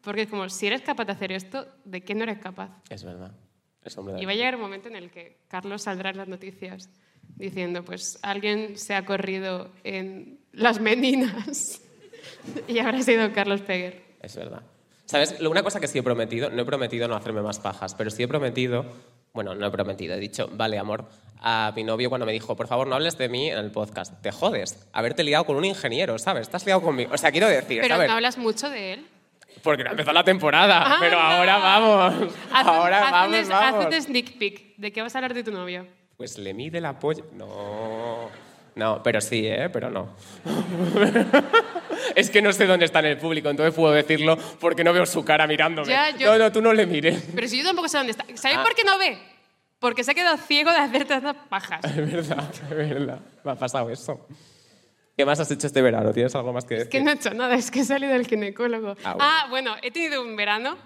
Speaker 2: Porque es como, si eres capaz de hacer esto, ¿de qué no eres capaz?
Speaker 3: Es verdad. Es hombre de
Speaker 2: Y va a llegar un momento en el que Carlos saldrá en las noticias diciendo, pues alguien se ha corrido en las meninas. y habrá sido Carlos Peguer.
Speaker 3: Es verdad. ¿Sabes? Lo- Una cosa que sí he prometido, no he prometido no hacerme más pajas, pero sí he prometido, bueno, no he prometido, he dicho, vale, amor, a mi novio cuando me dijo, por favor, no hables de mí en el podcast, te jodes, haberte liado con un ingeniero, ¿sabes? Estás liado conmigo. O sea, quiero decir,
Speaker 2: Pero
Speaker 3: ¿sabes?
Speaker 2: no hablas mucho de él.
Speaker 3: Porque no empezó la temporada,
Speaker 2: Ah,
Speaker 3: pero
Speaker 2: no.
Speaker 3: ahora vamos.
Speaker 2: Haz un-
Speaker 3: ahora
Speaker 2: haz
Speaker 3: vamos,
Speaker 2: un, haz
Speaker 3: vamos.
Speaker 2: un sneak peek de qué vas a hablar de tu novio.
Speaker 3: Pues le mide la polla. No. No, pero sí, ¿eh? Pero no. es que no sé dónde está en el público, entonces puedo decirlo porque no veo su cara mirándome.
Speaker 2: Ya, yo-
Speaker 3: No, no, tú no le mires.
Speaker 2: Pero si yo tampoco sé dónde está. ¿Sabéis
Speaker 3: Ah.
Speaker 2: por qué no ve? Porque se ha quedado ciego de hacer tantas pajas.
Speaker 3: Es verdad, es verdad. Me ha pasado eso. ¿Qué más has hecho este verano? ¿Tienes algo más que
Speaker 2: Es que
Speaker 3: decir?
Speaker 2: no he hecho nada, es que he salido del ginecólogo.
Speaker 3: Ah, bueno.
Speaker 2: Ah, bueno, he tenido un verano.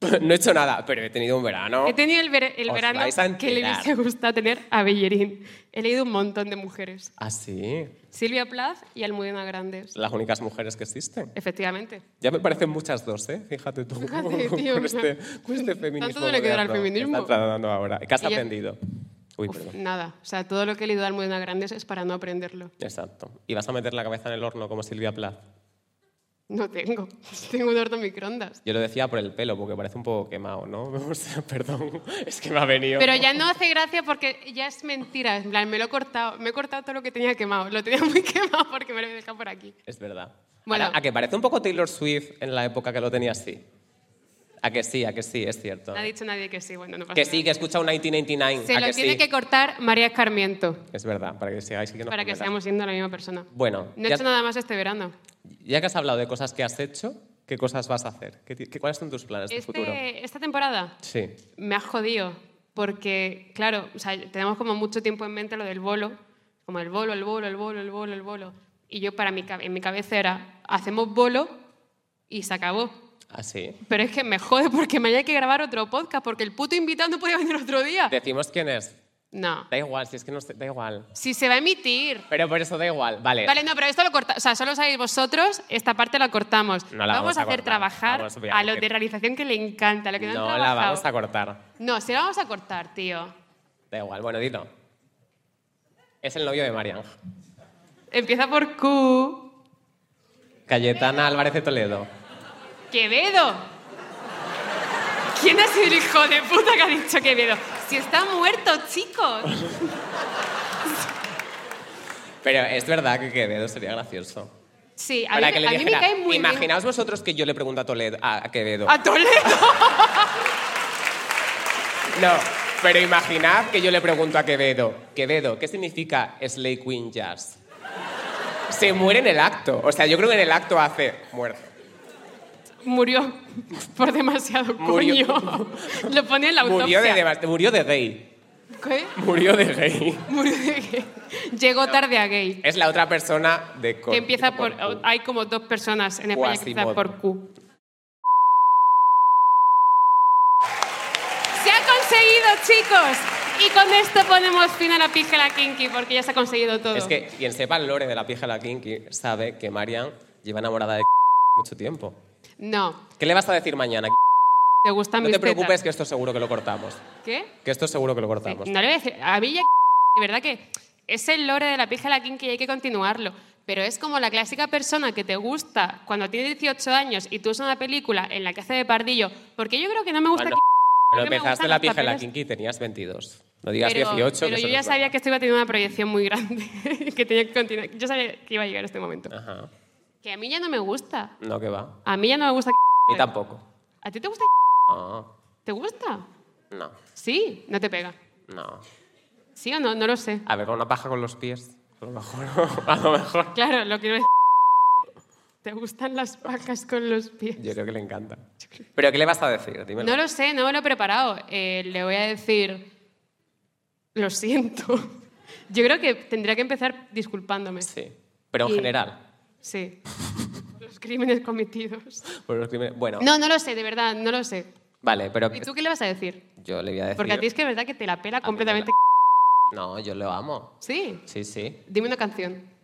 Speaker 3: no he hecho nada, pero he tenido un verano.
Speaker 2: He tenido el, ver- el
Speaker 3: Os
Speaker 2: verano
Speaker 3: vais a
Speaker 2: que le
Speaker 3: enterar.
Speaker 2: hubiese gustado tener a Bellerín. He leído un montón de mujeres.
Speaker 3: Ah, sí.
Speaker 2: Silvia Plath y Almudena Grandes.
Speaker 3: Las únicas mujeres que existen.
Speaker 2: Efectivamente.
Speaker 3: Ya me parecen muchas dos, ¿eh? Fíjate tú.
Speaker 2: Fíjate, tío,
Speaker 3: con,
Speaker 2: o sea,
Speaker 3: este, con este feminismo.
Speaker 2: no le quedará al
Speaker 3: moderno que
Speaker 2: feminismo.
Speaker 3: Está tratando ahora. ¿Qué has
Speaker 2: Ella-
Speaker 3: aprendido? Uy,
Speaker 2: Uf,
Speaker 3: perdón.
Speaker 2: nada. O sea, todo lo que he leído de Almudena Grandes es para no aprenderlo.
Speaker 3: Exacto. ¿Y vas a meter la cabeza en el horno como Silvia Plath?
Speaker 2: No tengo. tengo un horno microondas.
Speaker 3: Yo lo decía por el pelo, porque parece un poco quemado, ¿no? O sea, perdón, es que me ha venido.
Speaker 2: Pero ya no hace gracia porque ya es mentira. En plan, me lo he cortado. Me he cortado todo lo que tenía quemado. Lo tenía muy quemado porque me lo he dejado por aquí.
Speaker 3: Es verdad.
Speaker 2: Bueno.
Speaker 3: Ahora, a que parece un poco Taylor Swift en la época que lo tenía así. A que sí, a que sí, es cierto.
Speaker 2: No ha dicho nadie que sí. Bueno, no pasa
Speaker 3: Que
Speaker 2: nada.
Speaker 3: sí, que escucha un 1999.
Speaker 2: Se
Speaker 3: a
Speaker 2: lo
Speaker 3: que
Speaker 2: tiene
Speaker 3: sí.
Speaker 2: que cortar María Escarmiento
Speaker 3: Es verdad, para que sigáis y que nos
Speaker 2: para que
Speaker 3: comentáis.
Speaker 2: seamos siendo la misma persona.
Speaker 3: Bueno,
Speaker 2: No he
Speaker 3: ya,
Speaker 2: hecho nada más este verano.
Speaker 3: ya que has hablado de cosas que has hecho, ¿Qué cosas vas a hacer? ¿Qué, ti- qué- ¿Cuáles son tus planes de
Speaker 2: Este-
Speaker 3: futuro?
Speaker 2: esta temporada
Speaker 3: Sí.
Speaker 2: me ha jodido porque, claro, o sea, tenemos como mucho tiempo en mente lo del bolo, como el bolo, el bolo, el bolo, el bolo, el bolo. Y yo para mi, cabe- en mi cabeza era, hacemos bolo y se acabó.
Speaker 3: Así.
Speaker 2: Pero es que me jode porque mañana hay que grabar otro podcast porque el puto invitado no podía venir otro día.
Speaker 3: Decimos quién es.
Speaker 2: No.
Speaker 3: Da igual, si es que no sé- da igual.
Speaker 2: Si se va a emitir.
Speaker 3: Pero por eso da igual, vale.
Speaker 2: Vale, no, pero esto lo cortamos. O sea, solo sabéis vosotros, esta parte la cortamos.
Speaker 3: No la
Speaker 2: vamos,
Speaker 3: vamos
Speaker 2: a
Speaker 3: a
Speaker 2: hacer
Speaker 3: cortar,
Speaker 2: trabajar
Speaker 3: vamos,
Speaker 2: a los
Speaker 3: obviamente.
Speaker 2: de realización que le encanta, a los que no, han
Speaker 3: no la
Speaker 2: trabajado.
Speaker 3: vamos a cortar.
Speaker 2: No, si la vamos a cortar, tío.
Speaker 3: Da igual, bueno, dilo. Es el novio de Marian.
Speaker 2: Empieza por Q.
Speaker 3: Cayetana Álvarez de Toledo.
Speaker 2: Quevedo. ¿Quién ha sido el hijo de puta que ha dicho Quevedo? Si está muerto, chicos.
Speaker 3: Pero es verdad que Quevedo sería gracioso.
Speaker 2: Sí, a, mí,
Speaker 3: Para que le
Speaker 2: a mí me
Speaker 3: dijera,
Speaker 2: cae muy bien.
Speaker 3: Imaginaos vosotros que yo le pregunto a, Toledo, a a Quevedo.
Speaker 2: A Toledo.
Speaker 3: No, pero imaginad que yo le pregunto a Quevedo, Quevedo, ¿qué significa Slay Queen Jazz? Se muere en el acto. O sea, yo creo que en el acto hace muerto.
Speaker 2: Murió por demasiado
Speaker 3: Murió.
Speaker 2: coño. Lo pone en la autopsia.
Speaker 3: Murió de, dema- murió de gay.
Speaker 2: ¿Qué?
Speaker 3: Murió de gay.
Speaker 2: Murió de gay. Llegó tarde a gay.
Speaker 3: Es la otra persona de
Speaker 2: Que empieza por. Hay como dos personas en España que empiezan
Speaker 3: Quasimodo.
Speaker 2: por Q. ¡Se ha conseguido, chicos! Y con esto ponemos fin a la pija la kinky, porque ya se ha conseguido todo.
Speaker 3: Es que quien sepa el lore de la pija la kinky sabe que Marian lleva enamorada de mucho tiempo.
Speaker 2: No,
Speaker 3: ¿Qué le vas a decir mañana?
Speaker 2: te gustan
Speaker 3: No
Speaker 2: mis
Speaker 3: te preocupes
Speaker 2: tetas.
Speaker 3: que esto seguro que lo cortamos.
Speaker 2: ¿Qué?
Speaker 3: Que esto seguro que lo
Speaker 2: Sí,
Speaker 3: cortamos.
Speaker 2: No le voy a decir. A mí ya. De verdad que es el lore de la pija la kinky y hay que continuarlo. Pero es como la clásica persona que te gusta cuando tiene 18 años y tú ves una película en la que hace de pardillo. Porque yo creo que no me gusta.
Speaker 3: Cuando-
Speaker 2: que-
Speaker 3: Pero
Speaker 2: Creo que me
Speaker 3: Ah, empezaste
Speaker 2: gustan
Speaker 3: la
Speaker 2: los
Speaker 3: pija la
Speaker 2: papeles.
Speaker 3: kinky y tenías 22. No digas
Speaker 2: pero
Speaker 3: 18.
Speaker 2: pero
Speaker 3: que
Speaker 2: yo
Speaker 3: eso
Speaker 2: ya
Speaker 3: nos va.
Speaker 2: sabía que esto iba a tener una proyección muy grande. que tenía que continuar. Yo sabía que iba a llegar este momento.
Speaker 3: Ajá.
Speaker 2: Que a mí ya no me gusta.
Speaker 3: No, que va.
Speaker 2: A mí ya no me gusta.
Speaker 3: Ni tampoco.
Speaker 2: ¿A ti te gusta?
Speaker 3: No,
Speaker 2: ¿Te gusta?
Speaker 3: no,
Speaker 2: Sí, no te pega.
Speaker 3: no.
Speaker 2: ¿Sí o no? No lo sé.
Speaker 3: A ver, con una paja con los pies. A lo mejor. A lo mejor.
Speaker 2: Claro, lo que no es. ¿Te gustan las pajas con los pies?
Speaker 3: Yo creo que le encanta. ¿Pero qué le vas a decir? Dímelo.
Speaker 2: No lo sé, no me lo he preparado. Eh, le voy a decir, lo siento. Yo creo que tendría que empezar disculpándome.
Speaker 3: Sí. Pero en
Speaker 2: Y-
Speaker 3: general.
Speaker 2: Sí. Por Los crímenes cometidos.
Speaker 3: por los crímenes- Bueno,
Speaker 2: No, no lo sé, de verdad, no lo sé.
Speaker 3: vale, pero
Speaker 2: ¿Y tú qué le vas a decir?
Speaker 3: yo le voy a decir.
Speaker 2: Porque a ti es que de verdad que te la pela
Speaker 3: me
Speaker 2: completamente.
Speaker 3: No, yo lo amo.
Speaker 2: Sí.
Speaker 3: Sí, sí.
Speaker 2: Dime una canción.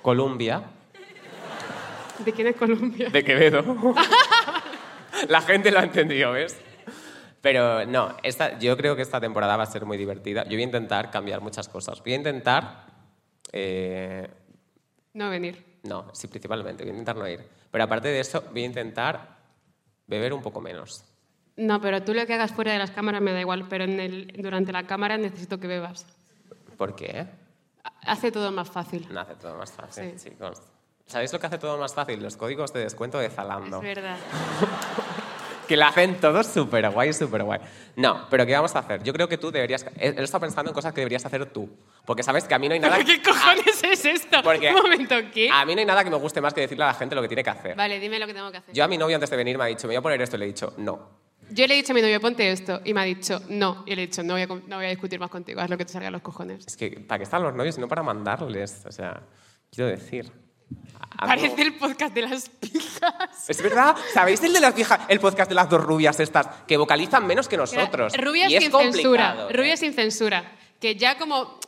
Speaker 3: Colombia.
Speaker 2: ¿De quién es Colombia?
Speaker 3: De Quevedo. La gente lo ha entendido, ¿ves? Pero no, esta, yo creo que esta temporada va a ser muy divertida. Yo voy a intentar cambiar muchas cosas. Voy a intentar. eh,
Speaker 2: No venir.
Speaker 3: no, sí, principalmente, voy a intentar no ir. Pero aparte de eso, voy a intentar beber un poco menos.
Speaker 2: No, pero tú lo que hagas fuera de las cámaras me da igual, pero en el, durante la cámara necesito que bebas.
Speaker 3: ¿Por qué?
Speaker 2: Ha- Hace todo más fácil.
Speaker 3: No hace todo más fácil,
Speaker 2: Sí.
Speaker 3: chicos. ¿Sabéis lo que hace todo más fácil? Los códigos de descuento de Zalando.
Speaker 2: Es verdad.
Speaker 3: Que la hacen todos súper guay, súper guay. No, pero ¿qué vamos a hacer? Yo creo que tú deberías... Él él está pensando en cosas que deberías hacer tú. Porque sabes que a mí no hay nada...
Speaker 2: ¿Qué cojones es esto?
Speaker 3: Porque-
Speaker 2: Un momento, ¿qué?
Speaker 3: A mí no hay nada que me guste más que decirle a la gente lo que tiene que hacer.
Speaker 2: Vale, dime lo que tengo que hacer. Yo,
Speaker 3: Yo a mi novio antes de venir me ha dicho, me voy a poner esto, y le he dicho, no.
Speaker 2: le he dicho a mi novio, ponte esto, y me ha dicho, no. Y le he dicho, no voy a, con- no voy a discutir más contigo, haz lo que te salga a los cojones.
Speaker 3: Es que, ¿para qué están los novios? Si No para mandarles, o sea, quiero decir... a- a-
Speaker 2: Parece el podcast de las pijas.
Speaker 3: Es verdad, ¿sabéis el de las viejas, el podcast de las dos rubias estas, que vocalizan menos que nosotros?
Speaker 2: Rubias
Speaker 3: y es
Speaker 2: sin
Speaker 3: complicado. ¿eh?
Speaker 2: censura. Rubias sin censura. Que ya como...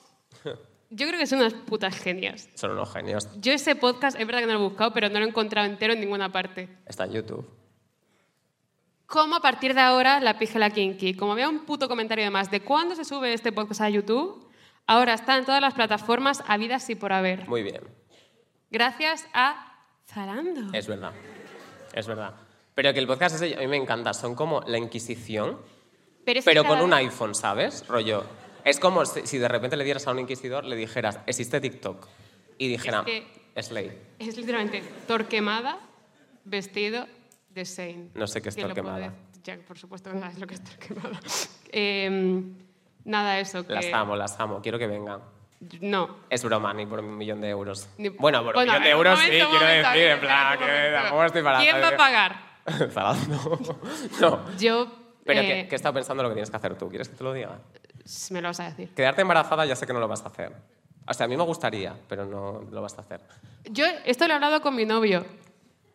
Speaker 2: Yo creo que son unas putas genias.
Speaker 3: Son unos genios.
Speaker 2: Yo ese podcast, es verdad que no lo he buscado, pero no lo he encontrado entero en ninguna parte.
Speaker 3: Está en YouTube.
Speaker 2: ¿Cómo a partir de ahora la pija la kinky? Como vea un puto comentario de más de cuándo se sube este podcast a YouTube, ahora está en todas las plataformas habidas y por haber.
Speaker 3: Muy bien.
Speaker 2: Gracias a Zalando.
Speaker 3: Es verdad, es verdad. Pero que el podcast ese a mí me encanta, son como la Inquisición,
Speaker 2: es que
Speaker 3: pero
Speaker 2: cada
Speaker 3: con un
Speaker 2: vez-
Speaker 3: iPhone, ¿sabes? Rollo. Es como si, si de repente le dieras a un inquisidor, le dijeras, existe TikTok. Y dijera,
Speaker 2: que-
Speaker 3: es ley.
Speaker 2: Es literalmente Torquemada vestido de Shane.
Speaker 3: No sé qué es
Speaker 2: Que lo
Speaker 3: Torquemada.
Speaker 2: podéis- Ya, por supuesto que sabes lo que es Torquemada. Em, nada, eso. Que...
Speaker 3: Las amo, las amo, quiero que vengan.
Speaker 2: No.
Speaker 3: Es broma, ni por un millón de euros.
Speaker 2: Ni-
Speaker 3: Bueno, por
Speaker 2: Bueno,
Speaker 3: un millón
Speaker 2: a
Speaker 3: de
Speaker 2: ver,
Speaker 3: euros
Speaker 2: momento,
Speaker 3: sí, quiero
Speaker 2: momento, a ver,
Speaker 3: decir, en
Speaker 2: espera,
Speaker 3: plan,
Speaker 2: un
Speaker 3: que
Speaker 2: momento.
Speaker 3: tampoco estoy para
Speaker 2: ¿Quién va a pagar?
Speaker 3: Zalando. no.
Speaker 2: Yo.
Speaker 3: Pero
Speaker 2: eh,
Speaker 3: que, que he estado pensando lo que tienes que hacer tú. ¿Quieres que te lo diga?
Speaker 2: si me lo vas a decir.
Speaker 3: Quedarte embarazada ya sé que no lo vas a hacer. O sea, a mí me gustaría, pero no lo vas a hacer.
Speaker 2: Yo esto lo he hablado con mi novio,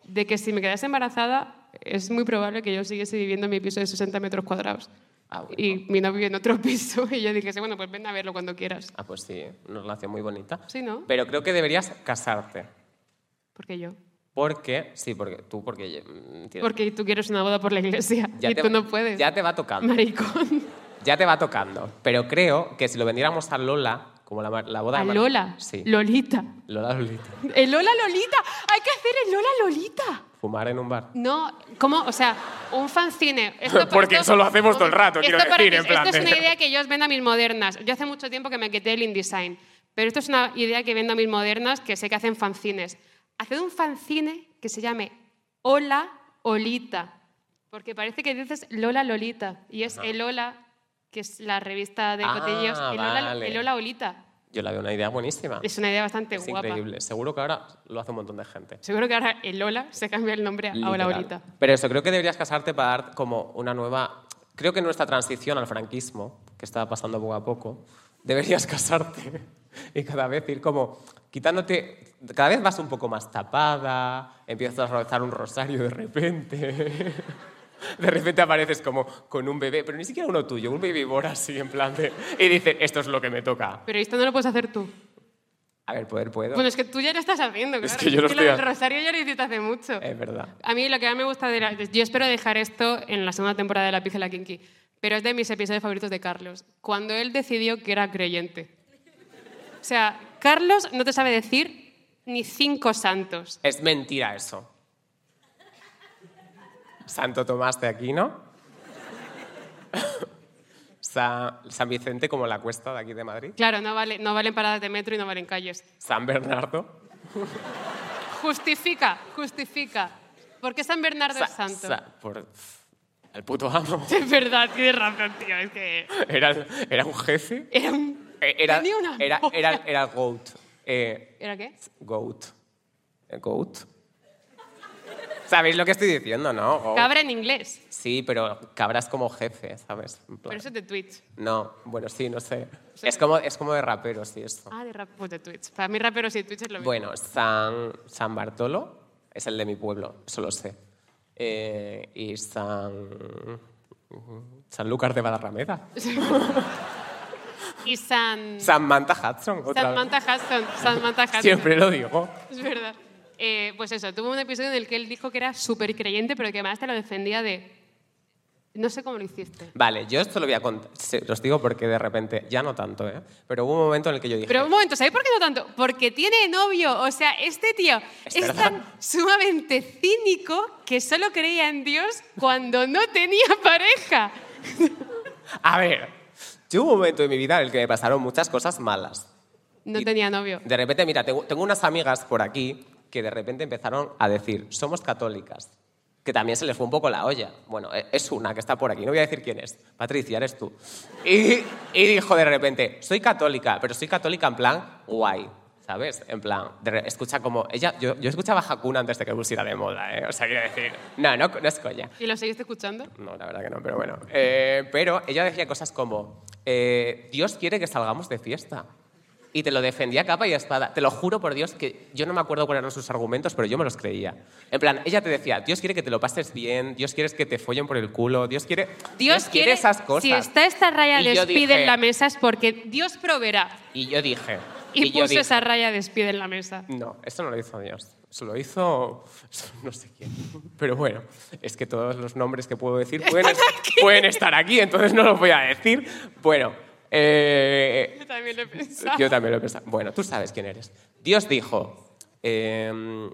Speaker 2: de que si me quedase embarazada es muy probable que yo siguiese viviendo en mi piso de 60 metros cuadrados.
Speaker 3: Ah, bueno.
Speaker 2: Y mi novio en otro piso y yo dije, bueno, pues ven a verlo cuando quieras.
Speaker 3: Ah, pues sí, una relación muy bonita.
Speaker 2: Sí, ¿no?
Speaker 3: Pero creo que deberías casarte.
Speaker 2: Porque yo.
Speaker 3: Porque, sí, porque tú, porque... mm, tienes-
Speaker 2: Porque tú quieres una boda por la iglesia
Speaker 3: ya
Speaker 2: y
Speaker 3: te
Speaker 2: tú
Speaker 3: va-
Speaker 2: no puedes.
Speaker 3: Ya te va tocando.
Speaker 2: Maricón.
Speaker 3: Ya te va tocando. Pero creo que si lo vendiéramos a Lola, como la, mar- la boda...
Speaker 2: A
Speaker 3: de Mar-
Speaker 2: Lola.
Speaker 3: Sí.
Speaker 2: Lolita.
Speaker 3: Lola Lolita.
Speaker 2: El Lola Lolita. Hay que hacer el Lola Lolita.
Speaker 3: Fumar en un bar.
Speaker 2: No, ¿cómo? O sea, un fanzine. Esto-
Speaker 3: Porque eso lo hacemos todo el rato,
Speaker 2: esto
Speaker 3: quiero
Speaker 2: para
Speaker 3: decir,
Speaker 2: mí-
Speaker 3: en plan
Speaker 2: Esto es
Speaker 3: de-
Speaker 2: una idea que yo os vendo a mis modernas. Yo hace mucho tiempo que me quité el InDesign, pero esto es una idea que vendo a mis modernas que sé que hacen fanzines. Haced un fanzine que se llame Hola Olita, porque parece que dices Lola Lolita, y es el Hola, que es la revista de
Speaker 3: Ah,
Speaker 2: cotillos, el, Hola,
Speaker 3: vale.
Speaker 2: el Hola Olita.
Speaker 3: Yo la veo una idea buenísima.
Speaker 2: Es una idea bastante
Speaker 3: Es
Speaker 2: guapa.
Speaker 3: increíble. Seguro que ahora lo hace un montón de gente.
Speaker 2: Seguro que ahora el Hola se cambia el nombre a Hola
Speaker 3: Literal.
Speaker 2: Olita.
Speaker 3: Pero eso, creo que deberías casarte para dar como una nueva... Creo que nuestra transición al franquismo, que está pasando poco a poco, deberías casarte y cada vez ir como quitándote... Cada vez vas un poco más tapada, empiezas a rezar un rosario de repente. De repente apareces como con un bebé, pero ni siquiera uno tuyo, un bebé así en plan de... Y dices, esto es lo que me toca.
Speaker 2: Pero esto no lo puedes hacer tú.
Speaker 3: A ver, poder puedo.
Speaker 2: Bueno, es que tú ya lo estás haciendo, claro.
Speaker 3: Es que yo lo estoy Eh.
Speaker 2: del
Speaker 3: haciendo.
Speaker 2: Rosario ya lo hiciste hace mucho.
Speaker 3: Es verdad.
Speaker 2: A mí lo que más me gusta de la- Yo espero dejar esto en la segunda temporada de La Pizza y la Kinky, pero es de mis episodios favoritos de Carlos. Cuando él decidió que era creyente. O sea, Carlos no te sabe decir ni cinco santos.
Speaker 3: Es mentira eso. Santo Tomás de Aquino. Sa- San Vicente como la cuesta de aquí de Madrid.
Speaker 2: Claro, no, vale, no valen paradas de metro y no valen calles.
Speaker 3: San Bernardo.
Speaker 2: Justifica, justifica. ¿Por qué San Bernardo
Speaker 3: Sa-
Speaker 2: es santo?
Speaker 3: sa- por- el puto amo.
Speaker 2: Es verdad, tienes razón, tío. Es que
Speaker 3: Era, era un jefe.
Speaker 2: era un...
Speaker 3: Eh, Era,
Speaker 2: Tenía una
Speaker 3: era,
Speaker 2: boca.
Speaker 3: era, era goat. Eh,
Speaker 2: ¿Era qué?
Speaker 3: goat. Eh, Goat. ¿Sabéis lo que estoy diciendo, no? Goat.
Speaker 2: Cabra en inglés.
Speaker 3: Sí, pero cabras como jefe, ¿sabes? En plan-
Speaker 2: Pero eso es de Twitch.
Speaker 3: No, bueno, sí, no sé. Es como, es como de rapero, sí, esto.
Speaker 2: Ah, de rap, pues de Twitch. Para mí raperos y Twitch es lo mismo.
Speaker 3: Bueno, San, San Bartolo es el de mi pueblo, eso lo sé. Eh, y San. San Lucas de Badarrameda.
Speaker 2: Y San...
Speaker 3: San Manta Hudson, otra vez.
Speaker 2: Samantha Hudson. Samantha Hudson.
Speaker 3: Siempre lo digo.
Speaker 2: Es verdad. Eh, pues eso, tuvo un episodio en el que él dijo que era súper creyente, pero que además te lo defendía de... No sé cómo lo hiciste.
Speaker 3: Vale, yo esto lo voy a contar. Se- Los digo porque de repente, ya no tanto, ¿eh? Pero hubo un momento en el que yo dije.
Speaker 2: Pero un momento, ¿sabéis por qué no tanto? Porque tiene novio. O sea, este tío
Speaker 3: Es
Speaker 2: es,
Speaker 3: verdad.
Speaker 2: tan sumamente cínico que solo creía en Dios cuando no tenía pareja.
Speaker 3: A ver, yo hubo un momento en mi vida en el que me pasaron muchas cosas malas.
Speaker 2: No
Speaker 3: Y-
Speaker 2: tenía novio.
Speaker 3: De repente, mira, tengo, tengo unas amigas por aquí que de repente empezaron a decir, somos católicas, que también se les fue un poco la olla. Bueno, e- es una que está por aquí, no voy a decir quién es. Patricia, eres tú. Y, y dijo de repente, soy católica, pero soy católica en plan guay. ¿Sabes? En plan, de re- escucha como... Ella, yo, yo escuchaba Hakuna antes de que pusiera de moda, ¿eh? O sea, quiero decir... No, no, no es coña.
Speaker 2: ¿Y lo seguiste escuchando?
Speaker 3: No, la verdad que no, pero bueno. Eh, pero ella decía cosas como, eh, Dios quiere que salgamos de fiesta. Y te lo defendía capa y espada. Te lo juro por Dios que yo no me acuerdo cuáles eran sus argumentos, pero yo me los creía. En plan, ella te decía, Dios quiere que te lo pases bien, Dios quiere que te follen por el culo, Dios quiere...
Speaker 2: Dios quiere
Speaker 3: esas cosas.
Speaker 2: Si está esta raya
Speaker 3: Y
Speaker 2: de
Speaker 3: yo
Speaker 2: speed
Speaker 3: dije-
Speaker 2: en la mesa es porque Dios proveerá.
Speaker 3: Y yo dije...
Speaker 2: Y,
Speaker 3: yo
Speaker 2: puso
Speaker 3: dije,
Speaker 2: esa raya de speed en la mesa.
Speaker 3: No, eso no lo hizo Dios. Eso lo hizo eso no sé quién. Pero bueno, es que todos los nombres que puedo decir pueden, pueden estar aquí, entonces no los voy a decir. Bueno, eh,
Speaker 2: Yo también lo he pensado.
Speaker 3: yo también lo he pensado. Bueno, tú sabes quién eres. Dios dijo eh,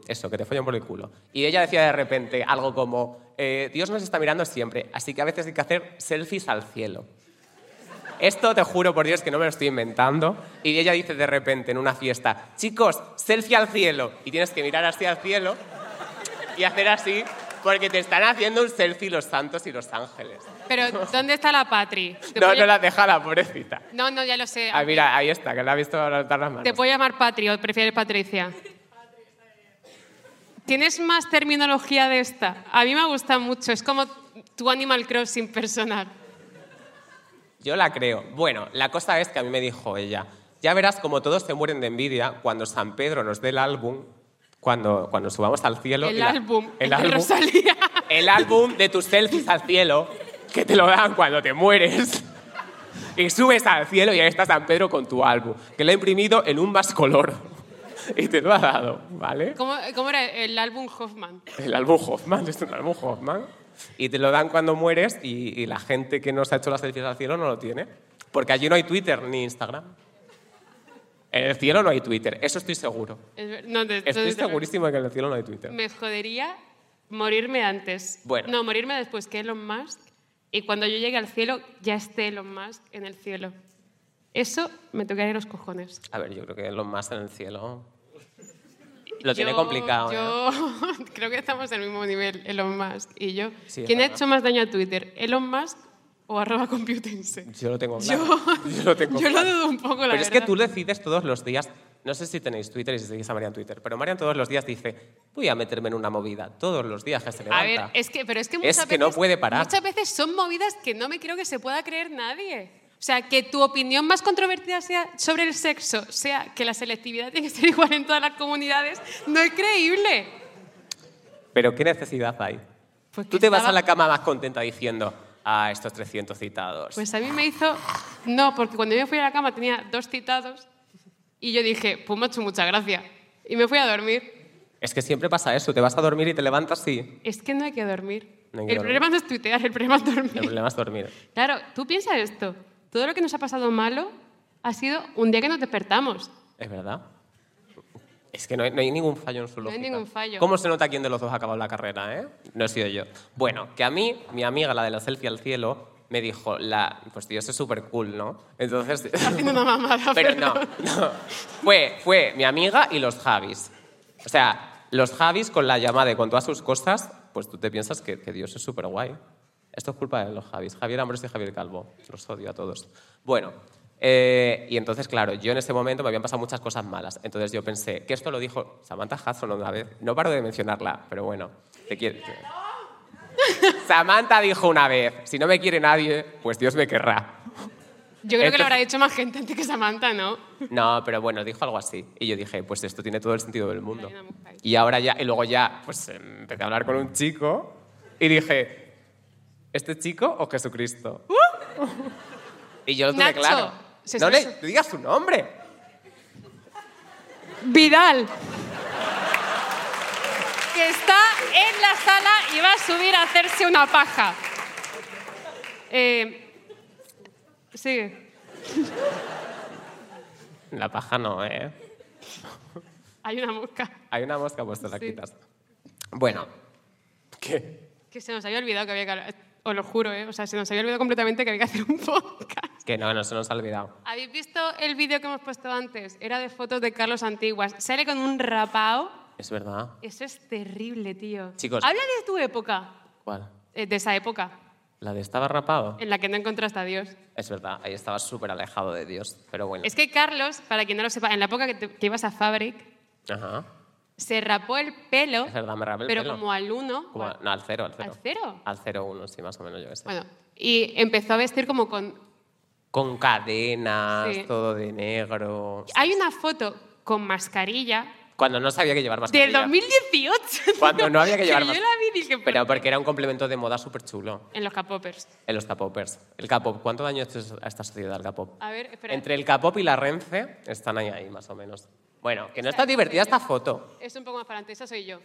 Speaker 3: eso, que te follan por el culo. Y ella decía de repente algo como, eh, Dios nos está mirando siempre, así que a veces hay que hacer selfies al cielo. Esto te juro por Dios que no me lo estoy inventando. Y ella dice de repente en una fiesta, chicos, selfie al cielo. Y tienes que mirar así al cielo y hacer así Porque te están haciendo un selfie los santos y los ángeles.
Speaker 2: Pero, ¿dónde está la Patri? Te
Speaker 3: No,
Speaker 2: puedo-
Speaker 3: no la déjala, pobrecita.
Speaker 2: no, no, ya lo sé.
Speaker 3: Ah, mira, ahí está, que la ha visto levantar las manos.
Speaker 2: Te puedo llamar Patri o prefieres Patricia. Tienes más terminología de esta. A mí me gusta mucho. Es como tu Animal Crossing personal.
Speaker 3: Yo la creo. Bueno, la cosa es que a mí me dijo ella, ya verás como todos se mueren de envidia cuando San Pedro nos dé el álbum, cuando, cuando subamos al cielo. y
Speaker 2: el
Speaker 3: la-
Speaker 2: álbum.
Speaker 3: El
Speaker 2: de
Speaker 3: álbum.
Speaker 2: Rosalía.
Speaker 3: El álbum de tus selfies al cielo, que te lo dan cuando te mueres. Y subes al cielo y ahí está San Pedro con tu álbum, que lo ha imprimido en un vascolor. Y te lo ha dado, ¿vale?
Speaker 2: ¿Cómo, cómo era el álbum Hoffman?
Speaker 3: El álbum Hoffman, es un álbum Hoffman. Y te lo dan cuando mueres y, y la gente que no se ha hecho las selfies al cielo no lo tiene. Porque allí no hay Twitter ni Instagram. En el cielo no hay Twitter, eso estoy seguro.
Speaker 2: Es ver- no, de-
Speaker 3: Estoy
Speaker 2: de-
Speaker 3: segurísimo de que en el cielo no hay Twitter.
Speaker 2: Me jodería morirme antes.
Speaker 3: Bueno.
Speaker 2: No, morirme después que Elon Musk. Y cuando yo llegue al cielo, ya esté Elon Musk en el cielo. Eso me tocaría los cojones.
Speaker 3: A ver, yo creo que lo más en el cielo lo tiene
Speaker 2: Yo-
Speaker 3: complicado. ¿eh?
Speaker 2: Yo creo que estamos al mismo nivel, Elon Musk y yo.
Speaker 3: Sí, es
Speaker 2: ¿Quién ha
Speaker 3: verdad.
Speaker 2: hecho más daño a Twitter, Elon Musk o arroba computense?
Speaker 3: Yo lo tengo claro.
Speaker 2: Yo,
Speaker 3: Yo lo tengo
Speaker 2: yo lo
Speaker 3: claro.
Speaker 2: dudo un poco, la
Speaker 3: Pero es que
Speaker 2: verdad.
Speaker 3: tú decides todos los días, no sé si tenéis Twitter y si seguís a Marian en Twitter, pero Marian todos los días dice, voy a meterme en una movida, todos los días que se levanta.
Speaker 2: A ver, es que, pero es que
Speaker 3: Es
Speaker 2: muchas
Speaker 3: que no
Speaker 2: veces-
Speaker 3: puede parar.
Speaker 2: Muchas veces son movidas que no me creo que se pueda creer nadie. O sea, que tu opinión más controvertida sea sobre el sexo, sea que la selectividad tiene que ser igual en todas las comunidades, no es creíble.
Speaker 3: Pero ¿qué necesidad hay?
Speaker 2: Pues que
Speaker 3: Tú te vas
Speaker 2: estaba-
Speaker 3: a la cama más contenta diciendo, ah, estos 300 citados.
Speaker 2: Pues a mí me hizo. No, porque cuando yo me fui a la cama tenía dos citados y yo dije, pues macho, muchas gracias. Y me fui a dormir.
Speaker 3: es que siempre pasa eso, te vas a dormir y te levantas y...
Speaker 2: Es que no hay que dormir.
Speaker 3: No hay que
Speaker 2: el
Speaker 3: dormir.
Speaker 2: problema no es tuitear, el problema es
Speaker 3: El
Speaker 2: dormir.
Speaker 3: problema es dormir.
Speaker 2: Claro, tú piensas esto. Todo lo que nos ha pasado malo ha sido un día que nos despertamos.
Speaker 3: Es verdad. Es que no hay, no hay ningún fallo en su
Speaker 2: No hay
Speaker 3: lógica.
Speaker 2: ningún fallo.
Speaker 3: ¿Cómo se nota quién de los dos ha acabado la carrera, eh? No he sido yo. Bueno, que a mí, mi amiga, la de la selfie al cielo, me dijo, la... pues tío, eso es súper cool, ¿no? Entonces...
Speaker 2: Haciendo una mamada.
Speaker 3: Pero no,
Speaker 2: perdón.
Speaker 3: no. Fue, fue mi amiga y los Javis. O sea, los Javis con la llamada y con todas sus cosas, pues tú te piensas que, que Dios es súper guay. Esto es culpa de los Javis. Javier Ambrós y Javier Calvo. Los odio a todos. Bueno, eh, y entonces, claro, yo en ese momento me habían pasado muchas cosas malas. Entonces yo pensé, que esto lo dijo Samantha Hudson una vez. No paro de mencionarla, pero bueno. Te quiero. Samantha dijo una vez, si no me quiere nadie, pues Dios me querrá.
Speaker 2: Yo creo que
Speaker 3: Entonces-
Speaker 2: lo habrá hecho más gente antes que Samantha, ¿no?
Speaker 3: No, pero bueno, dijo algo así. Y yo dije, pues esto tiene todo el sentido del mundo.
Speaker 2: Mariana Mukai.
Speaker 3: Y ahora ya, y luego ya, pues em, empecé a hablar con un chico y dije, ¿este chico o Jesucristo? Y yo lo tuve
Speaker 2: Uh. Nacho,
Speaker 3: claro.
Speaker 2: se
Speaker 3: No le
Speaker 2: expresa.
Speaker 3: digas su nombre.
Speaker 2: Vidal. Que está en la sala y va a subir a hacerse una paja. Eh, sigue.
Speaker 3: La paja no, ¿eh?
Speaker 2: Hay una mosca.
Speaker 3: Hay una mosca, pues te la
Speaker 2: Sí.
Speaker 3: quitas. Bueno, ¿qué?
Speaker 2: Que se nos había olvidado que había que hablar. Os lo juro, ¿eh? O sea, se nos había olvidado completamente que había que hacer un podcast.
Speaker 3: Que no, no se nos ha olvidado.
Speaker 2: ¿Habéis visto el vídeo que hemos puesto antes? Era de fotos de Carlos Antiguas. Sale con un rapao.
Speaker 3: Es verdad.
Speaker 2: Eso es terrible, tío.
Speaker 3: Chicos.
Speaker 2: Habla de tu época.
Speaker 3: ¿Cuál?
Speaker 2: eh, de esa época
Speaker 3: ¿La de estaba rapado?
Speaker 2: en la que no encontraste a Dios.
Speaker 3: Es verdad, ahí estaba súper alejado de Dios. Pero bueno.
Speaker 2: Es que Carlos, para quien no lo sepa, en la época que, te- que ibas a Fabric,
Speaker 3: Ajá.
Speaker 2: se rapó el pelo,
Speaker 3: Es verdad, me rapé el
Speaker 2: pero
Speaker 3: pelo.
Speaker 2: como al uno.
Speaker 3: Como- no, al cero, al cero.
Speaker 2: ¿Al cero?
Speaker 3: Al cero uno, sí, más o menos yo que sé.
Speaker 2: Bueno, y empezó a vestir como con...
Speaker 3: Con cadenas,
Speaker 2: Sí.
Speaker 3: todo de negro.
Speaker 2: Hay una foto con mascarilla
Speaker 3: Cuando no sabía que llevar mascarilla.
Speaker 2: del 2018. tío,
Speaker 3: Cuando no había que llevar
Speaker 2: Yo
Speaker 3: mascarilla.
Speaker 2: la vi y dije,
Speaker 3: Pero porque era un complemento de moda súper chulo.
Speaker 2: En los capopers.
Speaker 3: En los K-popers. El K-pop, ¿cuánto daño ha hecho a esta sociedad el K-pop?
Speaker 2: A ver, Ah, espera.
Speaker 3: Entre el K-pop y la Renfe están ahí, ahí, más o menos. Bueno, que no está
Speaker 2: Esa-
Speaker 3: divertida
Speaker 2: esa-
Speaker 3: esta foto.
Speaker 2: Es un poco más para adelante, esa soy yo.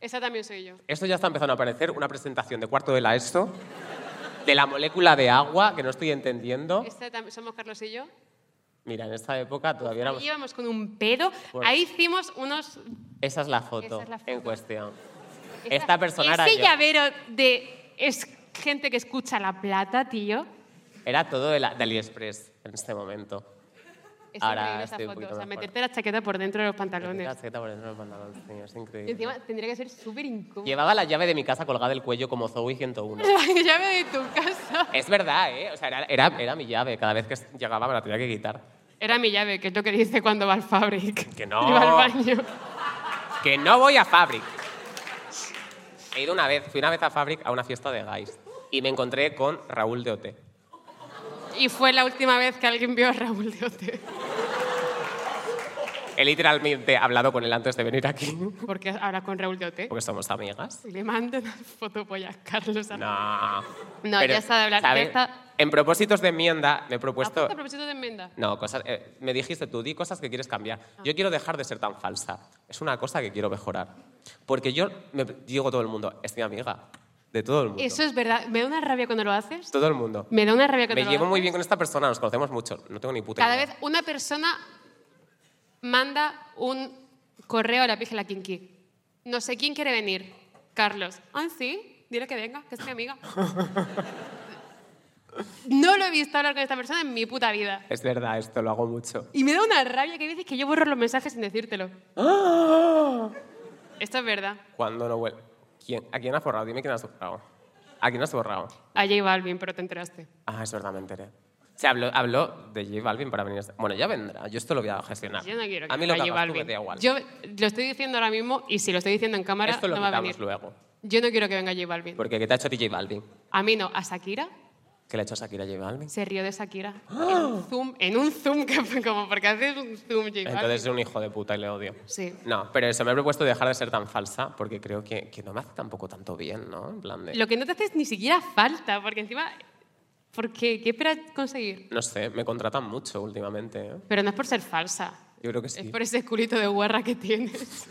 Speaker 2: Esa también soy yo.
Speaker 3: Esto ya está empezando a aparecer una presentación de cuarto de la ESO, de la molécula de agua, que no estoy entendiendo.
Speaker 2: Esta tam- somos Carlos y yo.
Speaker 3: Mira, en esta época todavía éramos...
Speaker 2: Ahí íbamos con un pedo.
Speaker 3: Bueno.
Speaker 2: Ahí hicimos unos
Speaker 3: Esa es la foto,
Speaker 2: Esa es la
Speaker 3: en
Speaker 2: foto.
Speaker 3: cuestión.
Speaker 2: Esa-
Speaker 3: Esta persona era
Speaker 2: ese
Speaker 3: yo.
Speaker 2: llavero de es gente que escucha La Plata, tío.
Speaker 3: Era todo de, la- de AliExpress en este momento.
Speaker 2: es
Speaker 3: Ahora
Speaker 2: increíble esa
Speaker 3: estoy un
Speaker 2: foto. O
Speaker 3: poquito
Speaker 2: sea,
Speaker 3: mejor.
Speaker 2: meterte la chaqueta por dentro de los
Speaker 3: La
Speaker 2: pantalones.
Speaker 3: chaqueta por dentro de los pantalones, sí, es
Speaker 2: Y
Speaker 3: increíble.
Speaker 2: encima tendría que ser súper incómodo.
Speaker 3: Llevaba la llave de mi casa colgada del cuello como Zoe 101.
Speaker 2: La llave de tu casa.
Speaker 3: Es verdad, ¿eh? O sea, era, era, era mi llave. Cada vez que llegaba me la tenía que quitar.
Speaker 2: Era mi llave, que es lo que dice cuando va al Fabric.
Speaker 3: Que no.
Speaker 2: Y va al baño.
Speaker 3: Que no voy a Fabric. He ido una vez, fui una vez a Fabric a una fiesta de guys y me encontré con Raúl de OT.
Speaker 2: Y fue la última vez que alguien vio a Raúl de Ote.
Speaker 3: He literalmente hablado con él antes de venir aquí,
Speaker 2: Porque ahora con Raúl de Ote.
Speaker 3: porque somos amigas.
Speaker 2: Le manden las fotopollas, Carlos. a-
Speaker 3: No.
Speaker 2: No, ya está de hablar, ya está.
Speaker 3: En propósitos de enmienda me he
Speaker 2: Apunta
Speaker 3: propuesto...
Speaker 2: a propósito de enmienda.
Speaker 3: No, cosas... eh, me dijiste tú, di cosas que quieres cambiar.
Speaker 2: Ah.
Speaker 3: Yo quiero dejar de ser tan falsa. Es una cosa que quiero mejorar. Porque yo me digo a todo el mundo, es mi amiga. De todo el mundo.
Speaker 2: Eso es verdad. Me da una rabia cuando lo haces.
Speaker 3: Todo el mundo.
Speaker 2: Me da una rabia cuando
Speaker 3: Me
Speaker 2: lo
Speaker 3: llevo
Speaker 2: haces.
Speaker 3: muy bien con esta persona, nos conocemos mucho. No tengo ni puta
Speaker 2: Cada
Speaker 3: idea.
Speaker 2: vez una persona manda un correo a la pijela Kinky. No sé quién quiere venir. Carlos. Ah, sí. Dile que venga, que es mi amiga. No lo he visto hablar con esta persona en mi puta vida.
Speaker 3: Es verdad, esto lo hago mucho.
Speaker 2: Y me da una rabia que dices que yo borro los mensajes sin decírtelo.
Speaker 3: ¡Ah!
Speaker 2: Esto es verdad.
Speaker 3: Cuando no vuelve. ¿Quién? ¿A quién has borrado? Dime quién has borrado. ¿A quién has borrado?
Speaker 2: A J Balvin, pero te enteraste.
Speaker 3: Ah, es verdad, me enteré. Se habló, habló de J Balvin para venir. a este- Bueno, ya vendrá. Yo esto lo voy a gestionar.
Speaker 2: Yo no quiero que
Speaker 3: Ah, a mí lo
Speaker 2: vaya
Speaker 3: que hagas tú
Speaker 2: Balvin.
Speaker 3: me da igual.
Speaker 2: Yo lo estoy diciendo ahora mismo y si lo estoy diciendo en cámara
Speaker 3: esto lo
Speaker 2: no va a venir.
Speaker 3: quitamos luego.
Speaker 2: Yo no quiero que venga J Balvin.
Speaker 3: Porque ¿qué te ha hecho a ti J Balvin?
Speaker 2: A mí no, a Shakira
Speaker 3: ¿Qué le ha hecho a Shakira a J Balvin?
Speaker 2: se rió de Shakira.
Speaker 3: ¡Ah!
Speaker 2: En un zoom, en un zoom que fue como porque haces un zoom J Balvin.
Speaker 3: Entonces es un hijo de puta y le odio.
Speaker 2: Sí.
Speaker 3: No, pero eso, me he propuesto dejar de ser tan falsa porque creo que, que no me hace tampoco tanto bien, ¿no? En plan de...
Speaker 2: Lo que no te hace es ni siquiera falta, porque encima ¿por qué? ¿Qué esperas conseguir?
Speaker 3: No sé, me contratan mucho últimamente. ¿eh?
Speaker 2: Pero no es por ser falsa.
Speaker 3: Yo creo que
Speaker 2: Es
Speaker 3: sí.
Speaker 2: por ese culito de guarra que tienes.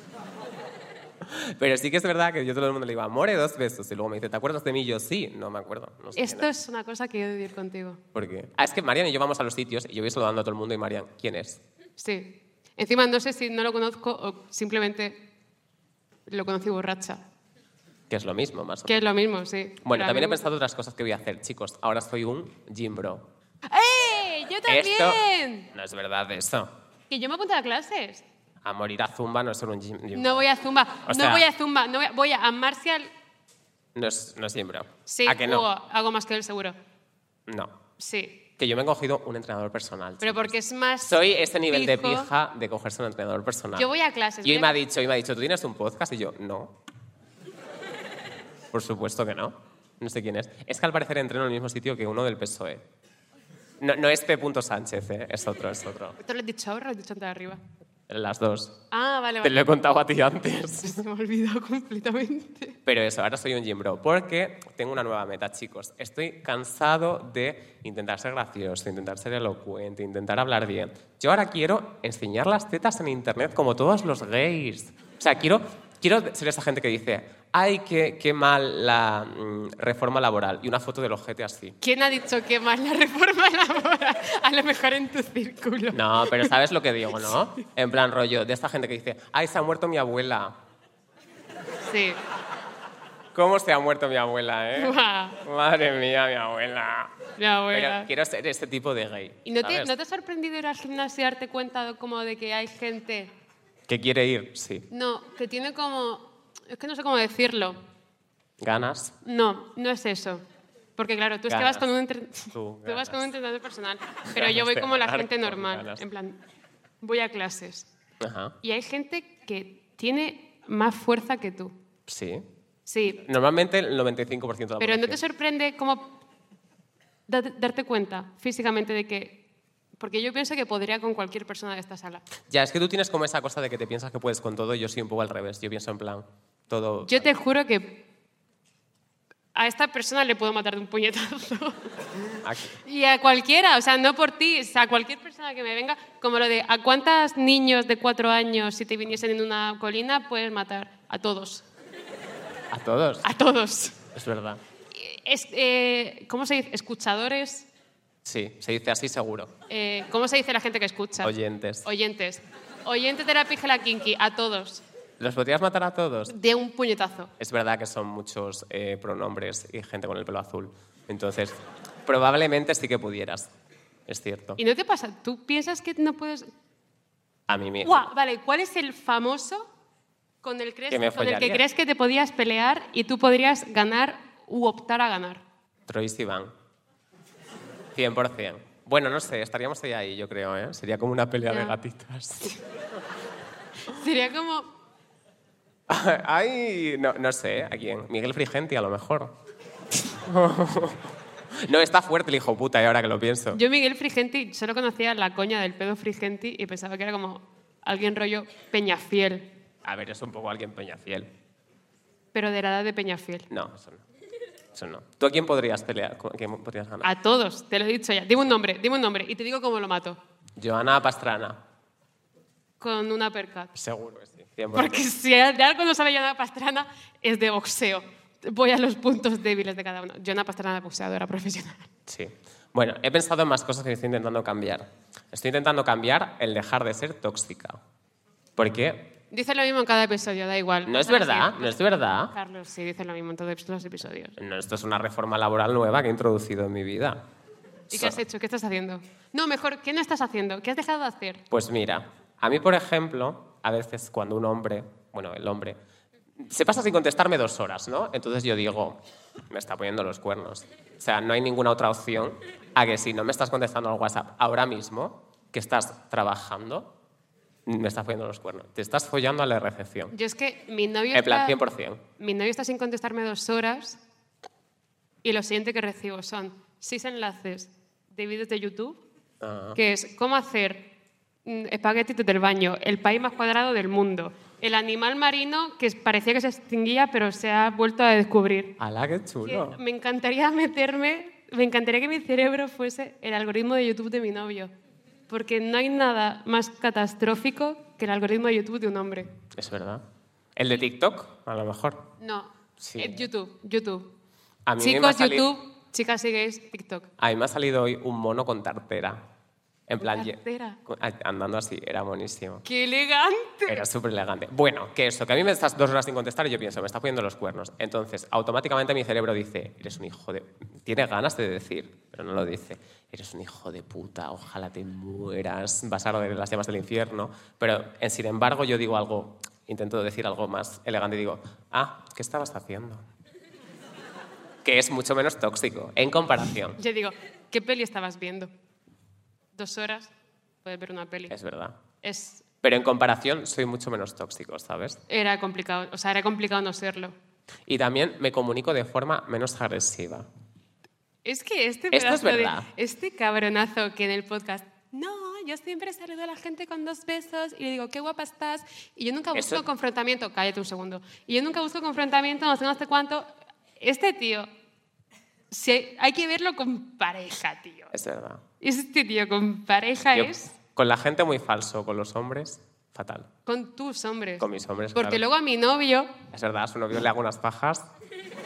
Speaker 3: Pero sí que es verdad que yo a todo el mundo le digo, amore, dos besos. Y luego me dice, ¿te acuerdas de mí? Y yo, sí, no me acuerdo. No sé
Speaker 2: Esto
Speaker 3: quién
Speaker 2: es una cosa que he de vivir contigo.
Speaker 3: ¿Por qué? Ah, es que Marian y yo vamos a los sitios y yo voy saludando a todo el mundo y Marian, ¿quién es?
Speaker 2: Sí. Encima no sé si no lo conozco o simplemente lo conocí borracha.
Speaker 3: Que es lo mismo, más o
Speaker 2: Que
Speaker 3: menos.
Speaker 2: es lo mismo, sí. Pero
Speaker 3: Bueno,
Speaker 2: a
Speaker 3: también
Speaker 2: mí
Speaker 3: he
Speaker 2: me-
Speaker 3: pensado otras cosas que voy a hacer, chicos. Ahora soy un gym bro.
Speaker 2: ¡Eh! ¡Yo también!
Speaker 3: Esto no es verdad eso.
Speaker 2: Que yo me apunto a clases.
Speaker 3: A morir a Zumba no es ser un gym, gym
Speaker 2: No voy a Zumba. no
Speaker 3: sea-
Speaker 2: voy a Zumba. No voy a, voy a a Marcial.
Speaker 3: no es, no es gym bro.
Speaker 2: Sí,
Speaker 3: ¿A que
Speaker 2: juego,
Speaker 3: no?
Speaker 2: hago más que él seguro.
Speaker 3: No.
Speaker 2: Sí.
Speaker 3: Que yo me he cogido un entrenador personal.
Speaker 2: Pero porque es más.
Speaker 3: Soy este nivel de
Speaker 2: fijo.
Speaker 3: pija de cogerse un entrenador personal.
Speaker 2: Yo voy a clases.
Speaker 3: Y hoy
Speaker 2: voy
Speaker 3: me
Speaker 2: a-
Speaker 3: ha dicho, hoy me ha dicho, ¿tú tienes un podcast? Y yo, no. Por supuesto que no. No sé quién es. Es que al parecer entreno en el mismo sitio que uno del PSOE. E. No, no es P. Sánchez, ¿eh? es otro, es otro.
Speaker 2: ¿Te lo he dicho ahora o lo he dicho antes de arriba?
Speaker 3: Las dos.
Speaker 2: Ah, vale,
Speaker 3: Te
Speaker 2: vale.
Speaker 3: lo he contado a ti antes.
Speaker 2: Se me ha olvidado completamente.
Speaker 3: Pero eso, ahora soy un gym bro, porque tengo una nueva meta, chicos. Estoy cansado de intentar ser gracioso, intentar ser elocuente, intentar hablar bien. Yo ahora quiero enseñar las tetas en internet como todos los gays. O sea, quiero, quiero ser esa gente que dice, ay, qué, qué mal la mm, reforma laboral, y una foto del ojete así.
Speaker 2: ¿Quién ha dicho que más la reforma laboral? A lo mejor en tu círculo.
Speaker 3: No, pero sabes lo que digo, ¿no? En plan rollo, de esta gente que dice, ay, se ha muerto mi abuela.
Speaker 2: Sí.
Speaker 3: ¿Cómo se ha muerto mi abuela, eh?
Speaker 2: Guau,
Speaker 3: Madre mía, mi abuela.
Speaker 2: Mi abuela.
Speaker 3: Pero quiero ser este tipo de gay.
Speaker 2: ¿Y no te,
Speaker 3: ¿sabes?
Speaker 2: no te ha sorprendido ir al gimnasio y darte cuenta de, como de que hay gente
Speaker 3: Que quiere ir, sí.
Speaker 2: no, que tiene como... Es que no sé cómo decirlo.
Speaker 3: Ganas.
Speaker 2: No, no es eso. Porque claro, tú es que vas
Speaker 3: Ganas.
Speaker 2: con un, entre-
Speaker 3: Tú,
Speaker 2: tú vas
Speaker 3: ganas.
Speaker 2: con un entrenador personal, pero
Speaker 3: Ganas
Speaker 2: yo voy
Speaker 3: de
Speaker 2: como la
Speaker 3: ganar
Speaker 2: gente
Speaker 3: con
Speaker 2: normal,
Speaker 3: ganas.
Speaker 2: en plan, voy a clases.
Speaker 3: Ajá.
Speaker 2: Y hay gente que tiene más fuerza que tú.
Speaker 3: Sí.
Speaker 2: Sí,
Speaker 3: Normalmente el 95% de la
Speaker 2: pero ¿no te
Speaker 3: población.
Speaker 2: sorprende como da- darte cuenta físicamente de que... Porque yo pienso que podría con cualquier persona de esta sala.
Speaker 3: Ya, es que tú tienes como esa cosa de que te piensas que puedes con todo y yo soy un poco al revés. Yo pienso en plan, todo...
Speaker 2: Yo te juro que a esta persona le puedo matar de un puñetazo.
Speaker 3: Aquí.
Speaker 2: Y a cualquiera, o sea, no por ti, o sea, a cualquier persona que me venga, como lo de a cuántos niños de cuatro años, si te viniesen en una colina, puedes matar. A todos.
Speaker 3: A todos.
Speaker 2: A todos.
Speaker 3: Es verdad.
Speaker 2: Es, eh, ¿Cómo se dice? Escuchadores.
Speaker 3: Sí, se dice así seguro.
Speaker 2: eh, ¿Cómo se dice la gente que escucha?
Speaker 3: Oyentes.
Speaker 2: Oyentes. Oyentes de la pijela kinky, a todos.
Speaker 3: ¿Los podrías matar a todos?
Speaker 2: De un puñetazo.
Speaker 3: Es verdad que son muchos eh, pronombres y gente con el pelo azul. Entonces, probablemente sí que pudieras. es cierto.
Speaker 2: ¿Y no te pasa? ¿Tú piensas que no puedes...?
Speaker 3: A mí mismo.
Speaker 2: Guau, vale, ¿cuál es el famoso con el, crees-
Speaker 3: Que me
Speaker 2: con el que
Speaker 3: follaría.
Speaker 2: crees que te podías pelear y tú podrías ganar u optar a ganar?
Speaker 3: Troy Sivan. 100%. Bueno, no sé, estaríamos ahí, ahí, yo creo, ¿eh? Sería como una pelea de
Speaker 2: Ya.
Speaker 3: gatitas.
Speaker 2: Sería como...
Speaker 3: Ay, no, no sé, ¿a quién? Miguel Frigenti, a lo mejor. no, está fuerte el hijo puta, ¿eh? ahora que lo pienso.
Speaker 2: Yo Miguel Frigenti solo conocía la coña del pedo Frigenti y pensaba que era como alguien rollo Peñafiel,
Speaker 3: A ver, es un poco alguien Peñafiel.
Speaker 2: pero de la edad de Peñafiel.
Speaker 3: No, eso no. Eso no. ¿Tú a quién podrías pelear? ¿Con quién podrías ganar?
Speaker 2: A todos, te lo he dicho ya. Dime un nombre, dime un nombre y te digo cómo lo mato.
Speaker 3: Joana Pastrana.
Speaker 2: Con una percat.
Speaker 3: Seguro que sí. 100%.
Speaker 2: Porque si de algo no sabe Jonah Pastrana es de boxeo. Voy a los puntos débiles de cada uno. Jonah Pastrana, boxeadora profesional.
Speaker 3: Sí. Bueno, he pensado en más cosas que estoy intentando cambiar. Estoy intentando cambiar el dejar de ser tóxica. ¿Por qué?
Speaker 2: Dice lo mismo en cada episodio, da igual.
Speaker 3: No es
Speaker 2: Carlos,
Speaker 3: verdad,
Speaker 2: sí.
Speaker 3: no es verdad.
Speaker 2: Carlos, sí, dice lo mismo en todos los episodios.
Speaker 3: No, esto es una reforma laboral nueva que he introducido en mi vida.
Speaker 2: ¿Y qué has hecho? ¿Qué estás haciendo? No, mejor, ¿qué no estás haciendo? ¿Qué has dejado de hacer?
Speaker 3: Pues mira, a mí, por ejemplo, a veces cuando un hombre, bueno, el hombre, se pasa sin contestarme dos horas, ¿no? Entonces yo digo, me está poniendo los cuernos. O sea, no hay ninguna otra opción a que si no me estás contestando al WhatsApp ahora mismo, que estás trabajando, me estás poniendo los cuernos. Te estás follando a la recepción.
Speaker 2: Yo es que mi novio,
Speaker 3: En plan,
Speaker 2: está,
Speaker 3: 100%.
Speaker 2: mi novio está sin contestarme dos horas y lo siguiente que recibo son seis enlaces de vídeos de YouTube
Speaker 3: Ah,
Speaker 2: que es cómo hacer mm, espaguetitos del baño, el país más cuadrado del mundo, el animal marino que parecía que se extinguía pero se ha vuelto a descubrir.
Speaker 3: Ala, qué
Speaker 2: Que
Speaker 3: chulo.
Speaker 2: Me encantaría meterme, me encantaría que mi cerebro fuese el algoritmo de YouTube de mi novio, porque no hay nada más catastrófico que el algoritmo de YouTube de un hombre.
Speaker 3: Es verdad. El de TikTok, a lo mejor.
Speaker 2: No,
Speaker 3: Sí.
Speaker 2: eh, YouTube, YouTube.
Speaker 3: A mí me va a
Speaker 2: Chicos,
Speaker 3: salir-
Speaker 2: YouTube, chicas, sigues TikTok.
Speaker 3: A mí me ha salido hoy un mono con tartera. En
Speaker 2: ¿Con
Speaker 3: plan, ye-
Speaker 2: tartera?
Speaker 3: con- a- andando así, era buenísimo.
Speaker 2: ¡Qué elegante!
Speaker 3: Era súper elegante. Bueno, que eso, que a mí me estás dos horas sin contestar y yo pienso, me está poniendo los cuernos. Entonces, automáticamente mi cerebro dice, eres un hijo de... Tiene ganas de decir, pero no lo dice. Eres un hijo de puta, ojalá te mueras, vas a arder en las llamas del infierno. Pero, en sin embargo, yo digo algo, intento decir algo más elegante y digo, ah, ¿qué estabas haciendo? Que es mucho menos tóxico, en comparación.
Speaker 2: Yo digo, ¿qué peli estabas viendo? Dos horas, puedes ver una peli.
Speaker 3: Es verdad.
Speaker 2: Es,
Speaker 3: Pero en comparación soy mucho menos tóxico, ¿sabes?
Speaker 2: era complicado, o sea, era complicado no serlo.
Speaker 3: Y también me comunico de forma menos agresiva.
Speaker 2: Es que este
Speaker 3: Esto es
Speaker 2: pedazo de-
Speaker 3: verdad.
Speaker 2: este cabronazo que en el podcast, no, yo siempre saludo a la gente con dos besos y le digo, qué guapa estás, y yo nunca busco
Speaker 3: Eso-
Speaker 2: confrontamiento, cállate un segundo, y yo nunca busco confrontamiento, no sé, no sé cuánto. Este tío, si- hay que verlo con pareja, tío.
Speaker 3: Es verdad.
Speaker 2: Este tío con pareja
Speaker 3: Yo-
Speaker 2: es
Speaker 3: con la gente muy falso, con los hombres, fatal.
Speaker 2: con tus hombres.
Speaker 3: Con mis hombres,
Speaker 2: Porque
Speaker 3: claro.
Speaker 2: luego a mi novio
Speaker 3: Es verdad, a su novio le hago unas pajas.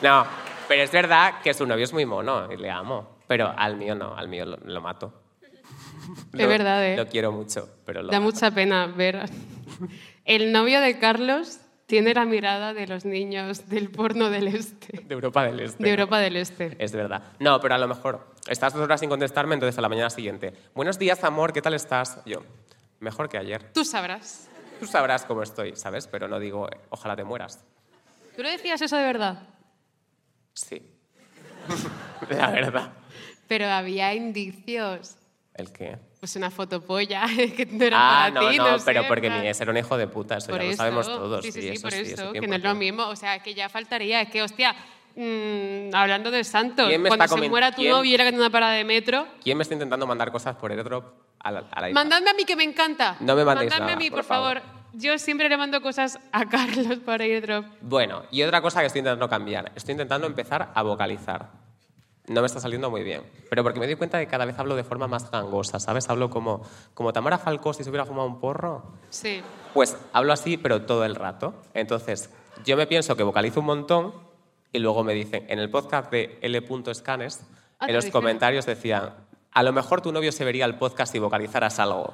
Speaker 3: No, pero es verdad que su novio es muy mono y le amo. Pero al mío no, al mío lo, lo mato.
Speaker 2: Es verdad, ¿eh?
Speaker 3: Lo quiero mucho, pero lo
Speaker 2: Da
Speaker 3: mato.
Speaker 2: mucha pena ver. El novio de Carlos tiene la mirada de los niños del porno del este,
Speaker 3: De Europa del Este.
Speaker 2: de Europa del Este.
Speaker 3: Es verdad. No, pero a lo mejor estás dos horas sin contestarme, entonces a la mañana siguiente. Buenos días, amor, ¿qué tal estás? Yo, mejor que ayer.
Speaker 2: Tú sabrás.
Speaker 3: Tú sabrás cómo estoy, ¿sabes? Pero no digo, eh, ojalá te mueras.
Speaker 2: ¿Tú le decías eso de verdad?
Speaker 3: Sí. la verdad.
Speaker 2: Pero había indicios.
Speaker 3: ¿El qué?
Speaker 2: Pues una fotopolla que no era
Speaker 3: Ah,
Speaker 2: para
Speaker 3: no,
Speaker 2: ti,
Speaker 3: no,
Speaker 2: sé,
Speaker 3: pero
Speaker 2: en
Speaker 3: porque
Speaker 2: plan-
Speaker 3: mi ex era un hijo de puta, eso
Speaker 2: Por
Speaker 3: ya
Speaker 2: eso.
Speaker 3: lo sabemos todos.
Speaker 2: Sí, sí,
Speaker 3: y
Speaker 2: sí, por eso,
Speaker 3: 100%.
Speaker 2: que no es lo mismo. O sea, que ya faltaría. Es que, hostia, mm, hablando de santos,
Speaker 3: ¿Quién me
Speaker 2: cuando
Speaker 3: está
Speaker 2: se
Speaker 3: comen-
Speaker 2: muera tu
Speaker 3: quién?
Speaker 2: novio y era en una parada de metro,
Speaker 3: ¿Quién me está intentando mandar cosas por airdrop a la, a la hija?
Speaker 2: Mandadme a mí que me encanta.
Speaker 3: No me mandéis
Speaker 2: Mandadme a
Speaker 3: nada,
Speaker 2: mí, por,
Speaker 3: por
Speaker 2: favor.
Speaker 3: favor.
Speaker 2: Yo siempre le mando cosas a Carlos para airdrop.
Speaker 3: Bueno, y otra cosa que estoy intentando cambiar. Estoy intentando empezar a vocalizar. No me está saliendo muy bien. Pero porque me doy cuenta de que cada vez hablo de forma más gangosa, ¿sabes? Hablo como, como Tamara Falcó si se hubiera fumado un porro.
Speaker 2: Sí.
Speaker 3: Pues hablo así, pero todo el rato. Entonces, yo me pienso que vocalizo un montón y luego me dicen, en el podcast de L.Scanes,
Speaker 2: Ah, te
Speaker 3: en
Speaker 2: lo
Speaker 3: los
Speaker 2: dijeron.
Speaker 3: comentarios decían, a lo mejor tu novio se vería el podcast si vocalizaras algo.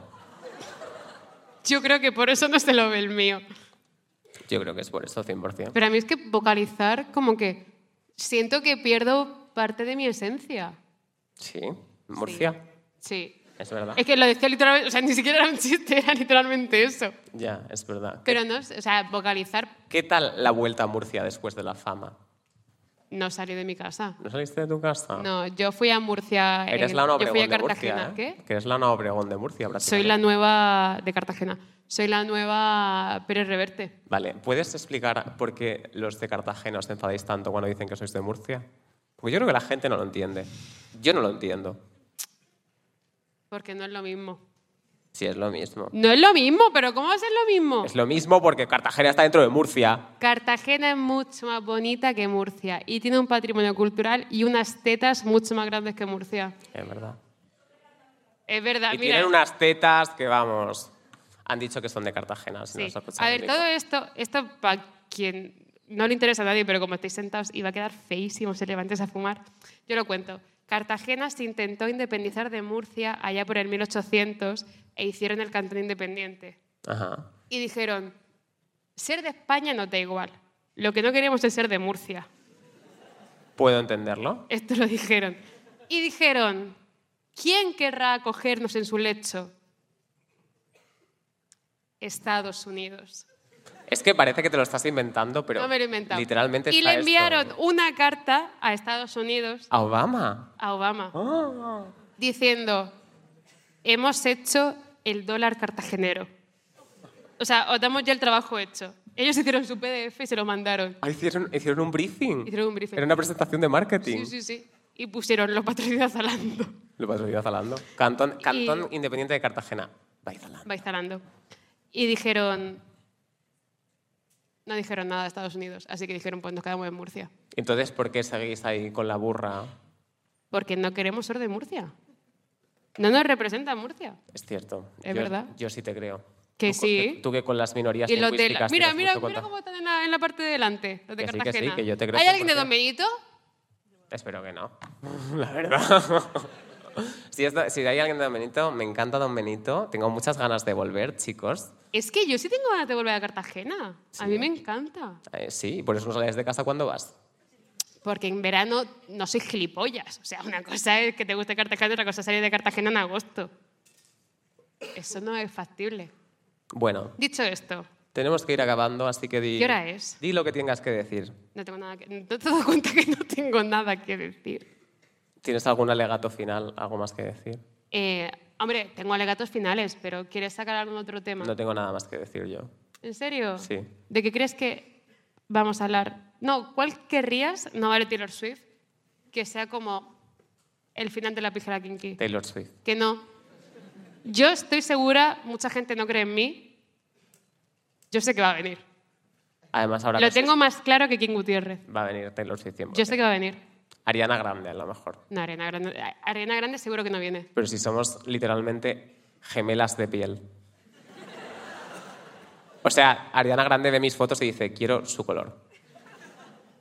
Speaker 2: Yo creo que por eso no se lo ve el mío.
Speaker 3: Yo creo que es por eso, 100%.
Speaker 2: Pero a mí es que vocalizar, como que siento que pierdo parte de mi esencia.
Speaker 3: Sí, Murcia.
Speaker 2: Sí. Eh,
Speaker 3: Es verdad.
Speaker 2: Es que lo decía literalmente, o sea, ni siquiera era un chiste, era literalmente eso.
Speaker 3: Ya, es verdad.
Speaker 2: Pero no, o sea, vocalizar
Speaker 3: ¿Qué tal la vuelta a Murcia después de la fama?
Speaker 2: no salí de mi casa.
Speaker 3: ¿No saliste de tu casa?
Speaker 2: No, yo fui a Murcia. eh,
Speaker 3: Eres la Ana
Speaker 2: yo
Speaker 3: Obregón
Speaker 2: fui a
Speaker 3: de
Speaker 2: Cartagena.
Speaker 3: Murcia, ¿eh?
Speaker 2: ¿Qué?
Speaker 3: Que eres la Ana Obregón de Murcia,
Speaker 2: Soy la nueva de Cartagena. Soy la nueva Pérez Reverte.
Speaker 3: Vale, ¿puedes explicar por qué los de Cartagena os enfadáis tanto cuando dicen que sois de Murcia? Porque yo creo que la gente no lo entiende. Yo no lo entiendo.
Speaker 2: Porque no es lo mismo.
Speaker 3: Sí, es lo mismo.
Speaker 2: No es lo mismo, pero ¿cómo va a ser lo mismo?
Speaker 3: Es lo mismo porque Cartagena está dentro de Murcia.
Speaker 2: Cartagena es mucho más bonita que Murcia y tiene un patrimonio cultural y unas tetas mucho más grandes que Murcia.
Speaker 3: Es verdad.
Speaker 2: Es verdad,
Speaker 3: Y
Speaker 2: Ah, mira.
Speaker 3: tienen unas tetas que, vamos, han dicho que son de Cartagena. si no
Speaker 2: Sí.
Speaker 3: os escucháis
Speaker 2: A ver,
Speaker 3: el
Speaker 2: todo
Speaker 3: rico.
Speaker 2: esto, esto para quien no le interesa a nadie, pero como estáis sentados y va a quedar feísimo si levantes a fumar, yo lo cuento. Cartagena se intentó independizar de Murcia allá por el 1800 e hicieron el cantón independiente.
Speaker 3: Ajá.
Speaker 2: Y dijeron, ser de España no te da igual, lo que no queremos es ser de Murcia.
Speaker 3: Puedo entenderlo.
Speaker 2: Esto lo dijeron. Y dijeron, ¿quién querrá acogernos en su lecho? Estados Unidos.
Speaker 3: Es que parece que te lo estás inventando, pero
Speaker 2: no me lo he inventado.
Speaker 3: literalmente
Speaker 2: Y
Speaker 3: está
Speaker 2: le enviaron
Speaker 3: esto.
Speaker 2: una carta a Estados Unidos,
Speaker 3: a Obama.
Speaker 2: a Obama,
Speaker 3: Ah.
Speaker 2: diciendo, hemos hecho el dólar cartagenero. O sea, os damos ya el trabajo hecho. Ellos hicieron su PDF y se lo mandaron.
Speaker 3: Ah, hicieron, hicieron un briefing.
Speaker 2: Hicieron un briefing.
Speaker 3: Era una presentación de marketing.
Speaker 2: Sí, sí, sí. Y pusieron los patrocinios Zalando.
Speaker 3: Lo pasó yo Zalando. Cantón,
Speaker 2: Y-
Speaker 3: Cantón Independiente de Cartagena. Vais Zalando.
Speaker 2: Va instalando. Y dijeron... No dijeron nada de Estados Unidos, así que dijeron, pues nos quedamos en Murcia.
Speaker 3: Entonces, ¿por qué seguís ahí con la burra?
Speaker 2: Porque no queremos ser de Murcia. No nos representa Murcia.
Speaker 3: Es cierto.
Speaker 2: Es
Speaker 3: Yo-
Speaker 2: verdad.
Speaker 3: Yo sí te creo.
Speaker 2: Que
Speaker 3: Tú co-
Speaker 2: sí.
Speaker 3: Tú que con las minorías
Speaker 2: Y los de la-
Speaker 3: lingüísticas
Speaker 2: Mira,
Speaker 3: tienes
Speaker 2: mira,
Speaker 3: mucho
Speaker 2: mira
Speaker 3: contacto.
Speaker 2: cómo están en la, en la parte de delante, los de
Speaker 3: Que sí, que sí,
Speaker 2: Cartagena.
Speaker 3: que yo te creo
Speaker 2: ¿Hay alguien de
Speaker 3: 100%.
Speaker 2: Don Benito?
Speaker 3: Espero que no. La verdad. si, es do- si hay alguien de Don Benito, me encanta Don Benito. Tengo muchas ganas de volver, chicos.
Speaker 2: Es que yo sí tengo ganas de volver a Cartagena. A mí me encanta.
Speaker 3: Eh, sí, por eso no sales de casa cuando vas.
Speaker 2: Porque en verano no soy gilipollas. O sea, una cosa es que te guste Cartagena y otra cosa es salir de Cartagena en agosto. Eso no es factible.
Speaker 3: Bueno,
Speaker 2: Dicho esto,
Speaker 3: tenemos que ir acabando, así que di.
Speaker 2: ¿Qué hora es?
Speaker 3: Di lo que tengas que decir.
Speaker 2: no tengo nada que... No te das cuenta que no tengo nada que decir.
Speaker 3: ¿Tienes algún alegato final, algo más que decir?
Speaker 2: Eh, hombre, tengo alegatos finales, pero ¿quieres sacar algún otro tema?
Speaker 3: No tengo nada más que decir yo.
Speaker 2: ¿En serio?
Speaker 3: Sí.
Speaker 2: ¿De qué crees que vamos a hablar? No, ¿cuál querrías, no vale Taylor Swift, que sea como el final de la pijera kinky?
Speaker 3: Taylor Swift.
Speaker 2: Que no. Yo estoy segura, mucha gente no cree en mí. Yo sé que va a venir.
Speaker 3: Además, ahora
Speaker 2: Lo
Speaker 3: que sí,
Speaker 2: tengo más claro que King Gutiérrez.
Speaker 3: va a venir Taylor Swift 100%.
Speaker 2: Yo sé que va a venir.
Speaker 3: Ariana Grande, a lo mejor.
Speaker 2: No, Arena Grande, Arena Grande seguro que no viene.
Speaker 3: Pero si somos literalmente gemelas de piel. O sea, Ariana Grande ve mis fotos y dice, quiero su color.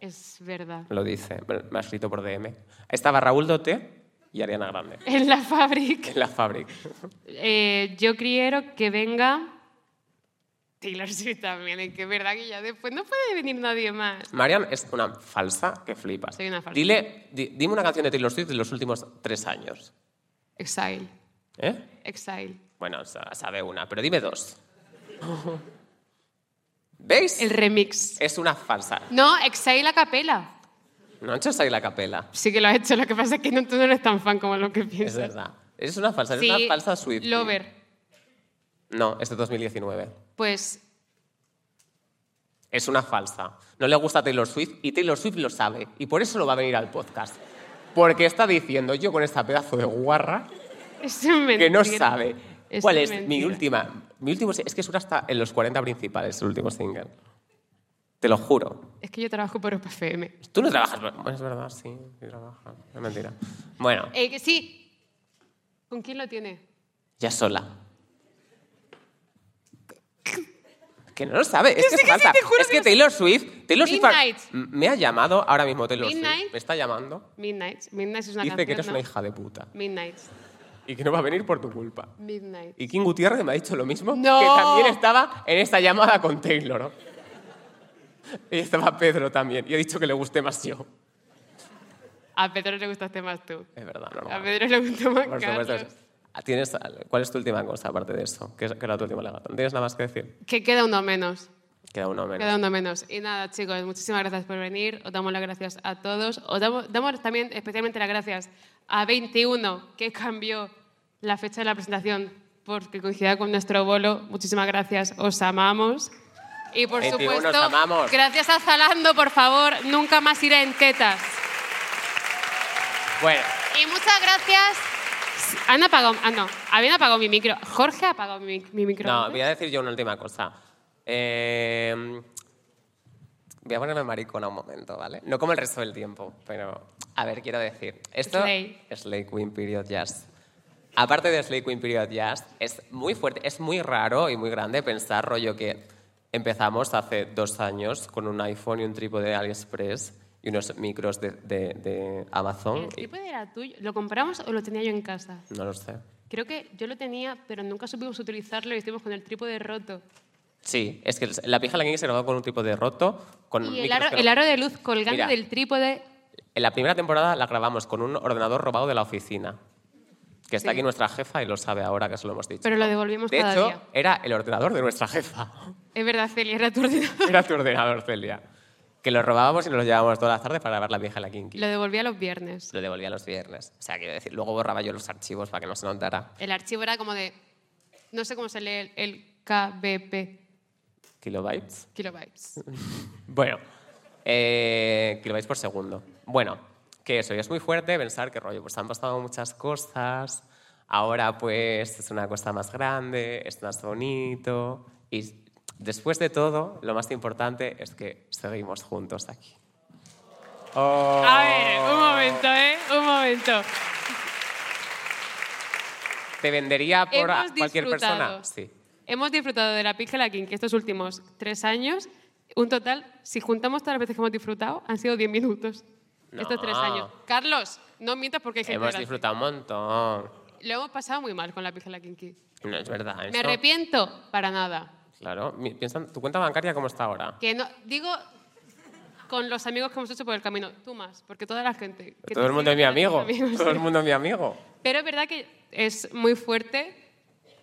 Speaker 2: Es verdad.
Speaker 3: Lo dice, me me ha escrito por DM. Estaba Raúl Dote y Ariana Grande
Speaker 2: En la fábrica.
Speaker 3: en la fábrica.
Speaker 2: Eh, yo quiero que venga Taylor Swift también, es que es verdad que ya después no puede venir nadie más.
Speaker 3: Marian es una falsa que flipas.
Speaker 2: Soy una falsa.
Speaker 3: Dile, di- dime una canción de Taylor Swift de los últimos tres años.
Speaker 2: Exile,
Speaker 3: ¿Eh?
Speaker 2: Exile.
Speaker 3: Bueno, sa- sabe una, pero dime dos. ¿Veis?
Speaker 2: El remix.
Speaker 3: Es una falsa.
Speaker 2: No, Exile a capela.
Speaker 3: No echas ahí la capela.
Speaker 2: Sí que lo has hecho, lo que pasa es que no, tú no eres tan fan como lo que
Speaker 3: Es
Speaker 2: piensas.
Speaker 3: verdad. Es una falsa, es
Speaker 2: Sí,
Speaker 3: una falsa Swift.
Speaker 2: Lover.
Speaker 3: No, es de 2019.
Speaker 2: Pues
Speaker 3: Es una falsa. No le gusta Taylor Swift y Taylor Swift lo sabe. Y por eso lo va a venir al podcast. Porque está diciendo yo con esta pedazo de guarra
Speaker 2: es un
Speaker 3: que no
Speaker 2: mentira.
Speaker 3: sabe
Speaker 2: Es
Speaker 3: cuál es mi
Speaker 2: mentira.
Speaker 3: última. Mi último, es que suena hasta en los 40 principales, el último single. Te lo juro.
Speaker 2: Es que yo trabajo por OPFM.
Speaker 3: Tú no trabajas. por- Bueno, es verdad, sí, sí trabaja. Es mentira. Bueno,
Speaker 2: Eh, que sí. ¿Con quién lo tiene?
Speaker 3: ya sola. Que no lo sabe, es que,
Speaker 2: sí,
Speaker 3: es
Speaker 2: que sí,
Speaker 3: falsa.
Speaker 2: te juro
Speaker 3: es
Speaker 2: que
Speaker 3: que
Speaker 2: lo-
Speaker 3: Taylor Swift, Taylor Swift ha-
Speaker 2: Midnight.
Speaker 3: M- me ha llamado ahora mismo Taylor Swift,
Speaker 2: Midnight.
Speaker 3: me está llamando,
Speaker 2: Midnight. Midnight es una
Speaker 3: dice que
Speaker 2: canción,
Speaker 3: eres
Speaker 2: ¿no?
Speaker 3: una hija de puta
Speaker 2: Midnight.
Speaker 3: y que no va a venir por tu culpa.
Speaker 2: Midnight.
Speaker 3: Y King Gutiérrez me ha dicho lo mismo,
Speaker 2: No.
Speaker 3: que también estaba en esta llamada con Taylor. Y estaba Pedro también, y he dicho que le guste más yo.
Speaker 2: A Pedro le gustaste más tú.
Speaker 3: Es verdad, no,
Speaker 2: A Pedro le gustó más
Speaker 3: Por supuesto. Ah,
Speaker 2: Carlos.
Speaker 3: ¿Tienes, ¿Cuál es tu última cosa aparte de esto? ¿Qué, es- qué era tu última alegato? ¿No tienes nada más que decir?
Speaker 2: Que queda uno menos.
Speaker 3: Queda uno menos.
Speaker 2: Queda uno menos. Y nada, chicos, muchísimas gracias por venir. Os damos las gracias a todos. Os damos, damos también especialmente las gracias a 21, que cambió la fecha de la presentación porque coincidía con nuestro bolo. Muchísimas gracias. Os amamos. Y por
Speaker 3: 21, os
Speaker 2: supuesto,
Speaker 3: amamos.
Speaker 2: gracias a Zalando, por favor. Nunca más iré en tetas.
Speaker 3: Bueno,
Speaker 2: Y muchas gracias. Han apagado. Ah, no. Habían apagado mi micro. Jorge ha apagado mi, mi micro.
Speaker 3: no, voy a decir yo una última cosa. Eh, voy a ponerme maricona un momento, ¿vale? No como el resto del tiempo, pero a ver, quiero decir. Esto
Speaker 2: Slay.
Speaker 3: Slay Queen Period Jazz. Aparte de Slay Queen Period Jazz, es muy fuerte, es muy raro y muy grande pensar, rollo, que empezamos hace dos años con un iPhone y un trípode de AliExpress y unos micros de, de- de Amazon.
Speaker 2: ¿El trípode era tuyo? ¿Lo compramos o lo tenía yo en casa?
Speaker 3: No lo sé.
Speaker 2: Creo que yo lo tenía, pero nunca supimos utilizarlo y estuvimos con el trípode roto.
Speaker 3: Sí, es que la pija Langui se grabó con un tipo de roto, con
Speaker 2: Y el
Speaker 3: micros
Speaker 2: aro,
Speaker 3: que no-
Speaker 2: el aro de luz colgante
Speaker 3: Mira.
Speaker 2: del trípode.
Speaker 3: En la primera temporada la grabamos con un ordenador robado de la oficina, que está
Speaker 2: Sí.
Speaker 3: aquí nuestra jefa y lo sabe ahora que se lo hemos dicho.
Speaker 2: Pero lo devolvimos
Speaker 3: de
Speaker 2: cada
Speaker 3: hecho,
Speaker 2: día.
Speaker 3: era el ordenador de nuestra jefa.
Speaker 2: Es verdad, Celia, era tu ordenador.
Speaker 3: Era tu ordenador, Celia. Que lo robábamos y nos lo llevábamos todas las tardes para grabar la vieja la kinky.
Speaker 2: Lo devolvía los viernes.
Speaker 3: Lo devolvía los viernes. O sea, quiero decir, luego borraba yo los archivos para que no se notara.
Speaker 2: El archivo era como de. No sé cómo se lee el, el KBP,
Speaker 3: Kilobytes.
Speaker 2: kilobytes.
Speaker 3: Bueno, eh, kilobytes por segundo. Bueno, que eso, y es muy fuerte pensar que rollo, pues han pasado muchas cosas, ahora pues es una cosa más grande, es más bonito, y después de todo, lo más importante es que seguimos juntos aquí. Oh.
Speaker 2: A ver, un momento, ¿eh? Un momento.
Speaker 3: ¿Te vendería por a-
Speaker 2: Hemos
Speaker 3: cualquier
Speaker 2: disfrutado.
Speaker 3: persona? Sí.
Speaker 2: Hemos disfrutado de la pija la King estos últimos tres años. Un total, si juntamos todas las veces que hemos disfrutado, han sido 10 minutos.
Speaker 3: No.
Speaker 2: Estos tres años. Carlos, no mientas porque hay gente
Speaker 3: Hemos
Speaker 2: grande.
Speaker 3: disfrutado un montón.
Speaker 2: Lo hemos pasado muy mal con la pija la Kinky.
Speaker 3: No es verdad.
Speaker 2: Me
Speaker 3: eso-
Speaker 2: arrepiento para nada.
Speaker 3: Claro. Mi- Piensa en tu cuenta bancaria cómo está ahora.
Speaker 2: Que no, digo con los amigos que hemos hecho por el camino. Tú más, porque toda la gente. que
Speaker 3: Todo
Speaker 2: te
Speaker 3: el mundo es mi
Speaker 2: sigue,
Speaker 3: amigo.
Speaker 2: amigos,
Speaker 3: Todo
Speaker 2: sí.
Speaker 3: el mundo es mi amigo.
Speaker 2: Pero es verdad que es muy fuerte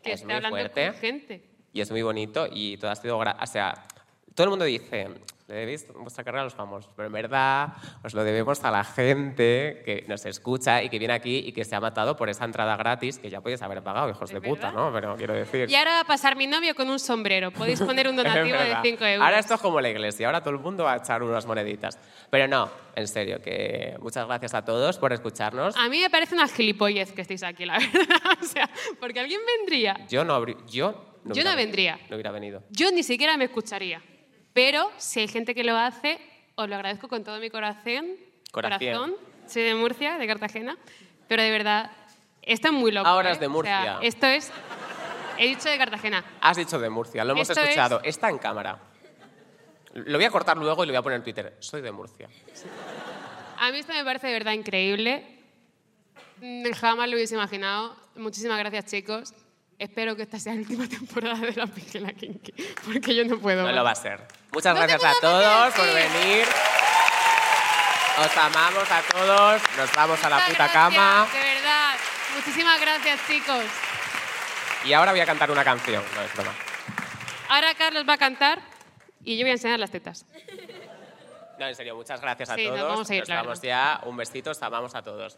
Speaker 2: que
Speaker 3: Es
Speaker 2: esté
Speaker 3: muy
Speaker 2: hablando
Speaker 3: fuerte.
Speaker 2: con gente.
Speaker 3: y es muy bonito y todo ha sido gra- o sea todo el mundo dice le debéis vuestra carrera a los famosos pero en verdad os lo debemos a la gente que nos escucha y que viene aquí y que se ha matado por esa entrada gratis que ya podéis haber pagado hijos
Speaker 2: ¿Es
Speaker 3: de puta
Speaker 2: verdad?
Speaker 3: no pero quiero decir
Speaker 2: Y ahora va a pasar mi novio con un sombrero. Podéis poner un
Speaker 3: es
Speaker 2: donativo de
Speaker 3: verdad.
Speaker 2: 5 euros.
Speaker 3: Ahora esto es como la iglesia, ahora todo el mundo va a echar unas moneditas. Pero no, en serio, que muchas gracias a todos por escucharnos.
Speaker 2: A mí me parece una gilipollez que estéis aquí, la verdad. O sea, porque alguien vendría.
Speaker 3: Yo no habría... Yo no,
Speaker 2: Yo
Speaker 3: hubiera
Speaker 2: no
Speaker 3: venido.
Speaker 2: vendría.
Speaker 3: No hubiera venido.
Speaker 2: Yo ni siquiera me escucharía. Pero si hay gente que lo hace, os lo agradezco con todo mi corazón.
Speaker 3: Coracien.
Speaker 2: Corazón. Soy de Murcia, de Cartagena. Pero de verdad, esto es muy loco.
Speaker 3: Ah, Ahora
Speaker 2: ¿eh?
Speaker 3: es de
Speaker 2: O sea,
Speaker 3: Murcia.
Speaker 2: esto es. He dicho de Cartagena.
Speaker 3: Has dicho de Murcia, lo hemos
Speaker 2: Esto
Speaker 3: escuchado. Está en cámara. Lo voy a cortar luego y lo voy a poner en Twitter. Soy de Murcia.
Speaker 2: A mí esto me parece de verdad increíble. Mm, Jamás lo hubiese imaginado. Muchísimas gracias, chicos. Espero que esta sea la última temporada de La Pijela Kinky, porque yo no puedo.
Speaker 3: No
Speaker 2: más.
Speaker 3: lo va a ser. Muchas
Speaker 2: No te
Speaker 3: gracias a
Speaker 2: puedo
Speaker 3: todos
Speaker 2: más
Speaker 3: por
Speaker 2: decir.
Speaker 3: venir. Os amamos a todos. Nos vamos a la
Speaker 2: Muchas
Speaker 3: puta
Speaker 2: gracias,
Speaker 3: cama.
Speaker 2: De verdad. Muchísimas gracias, chicos.
Speaker 3: Y ahora voy a cantar una canción. No es broma.
Speaker 2: Ahora Carlos va a cantar y yo voy a enseñar las tetas.
Speaker 3: No, en serio, muchas gracias a
Speaker 2: Sí, nos
Speaker 3: todos.
Speaker 2: vamos a ir, la
Speaker 3: vamos ya. Un besito. Os amamos a todos.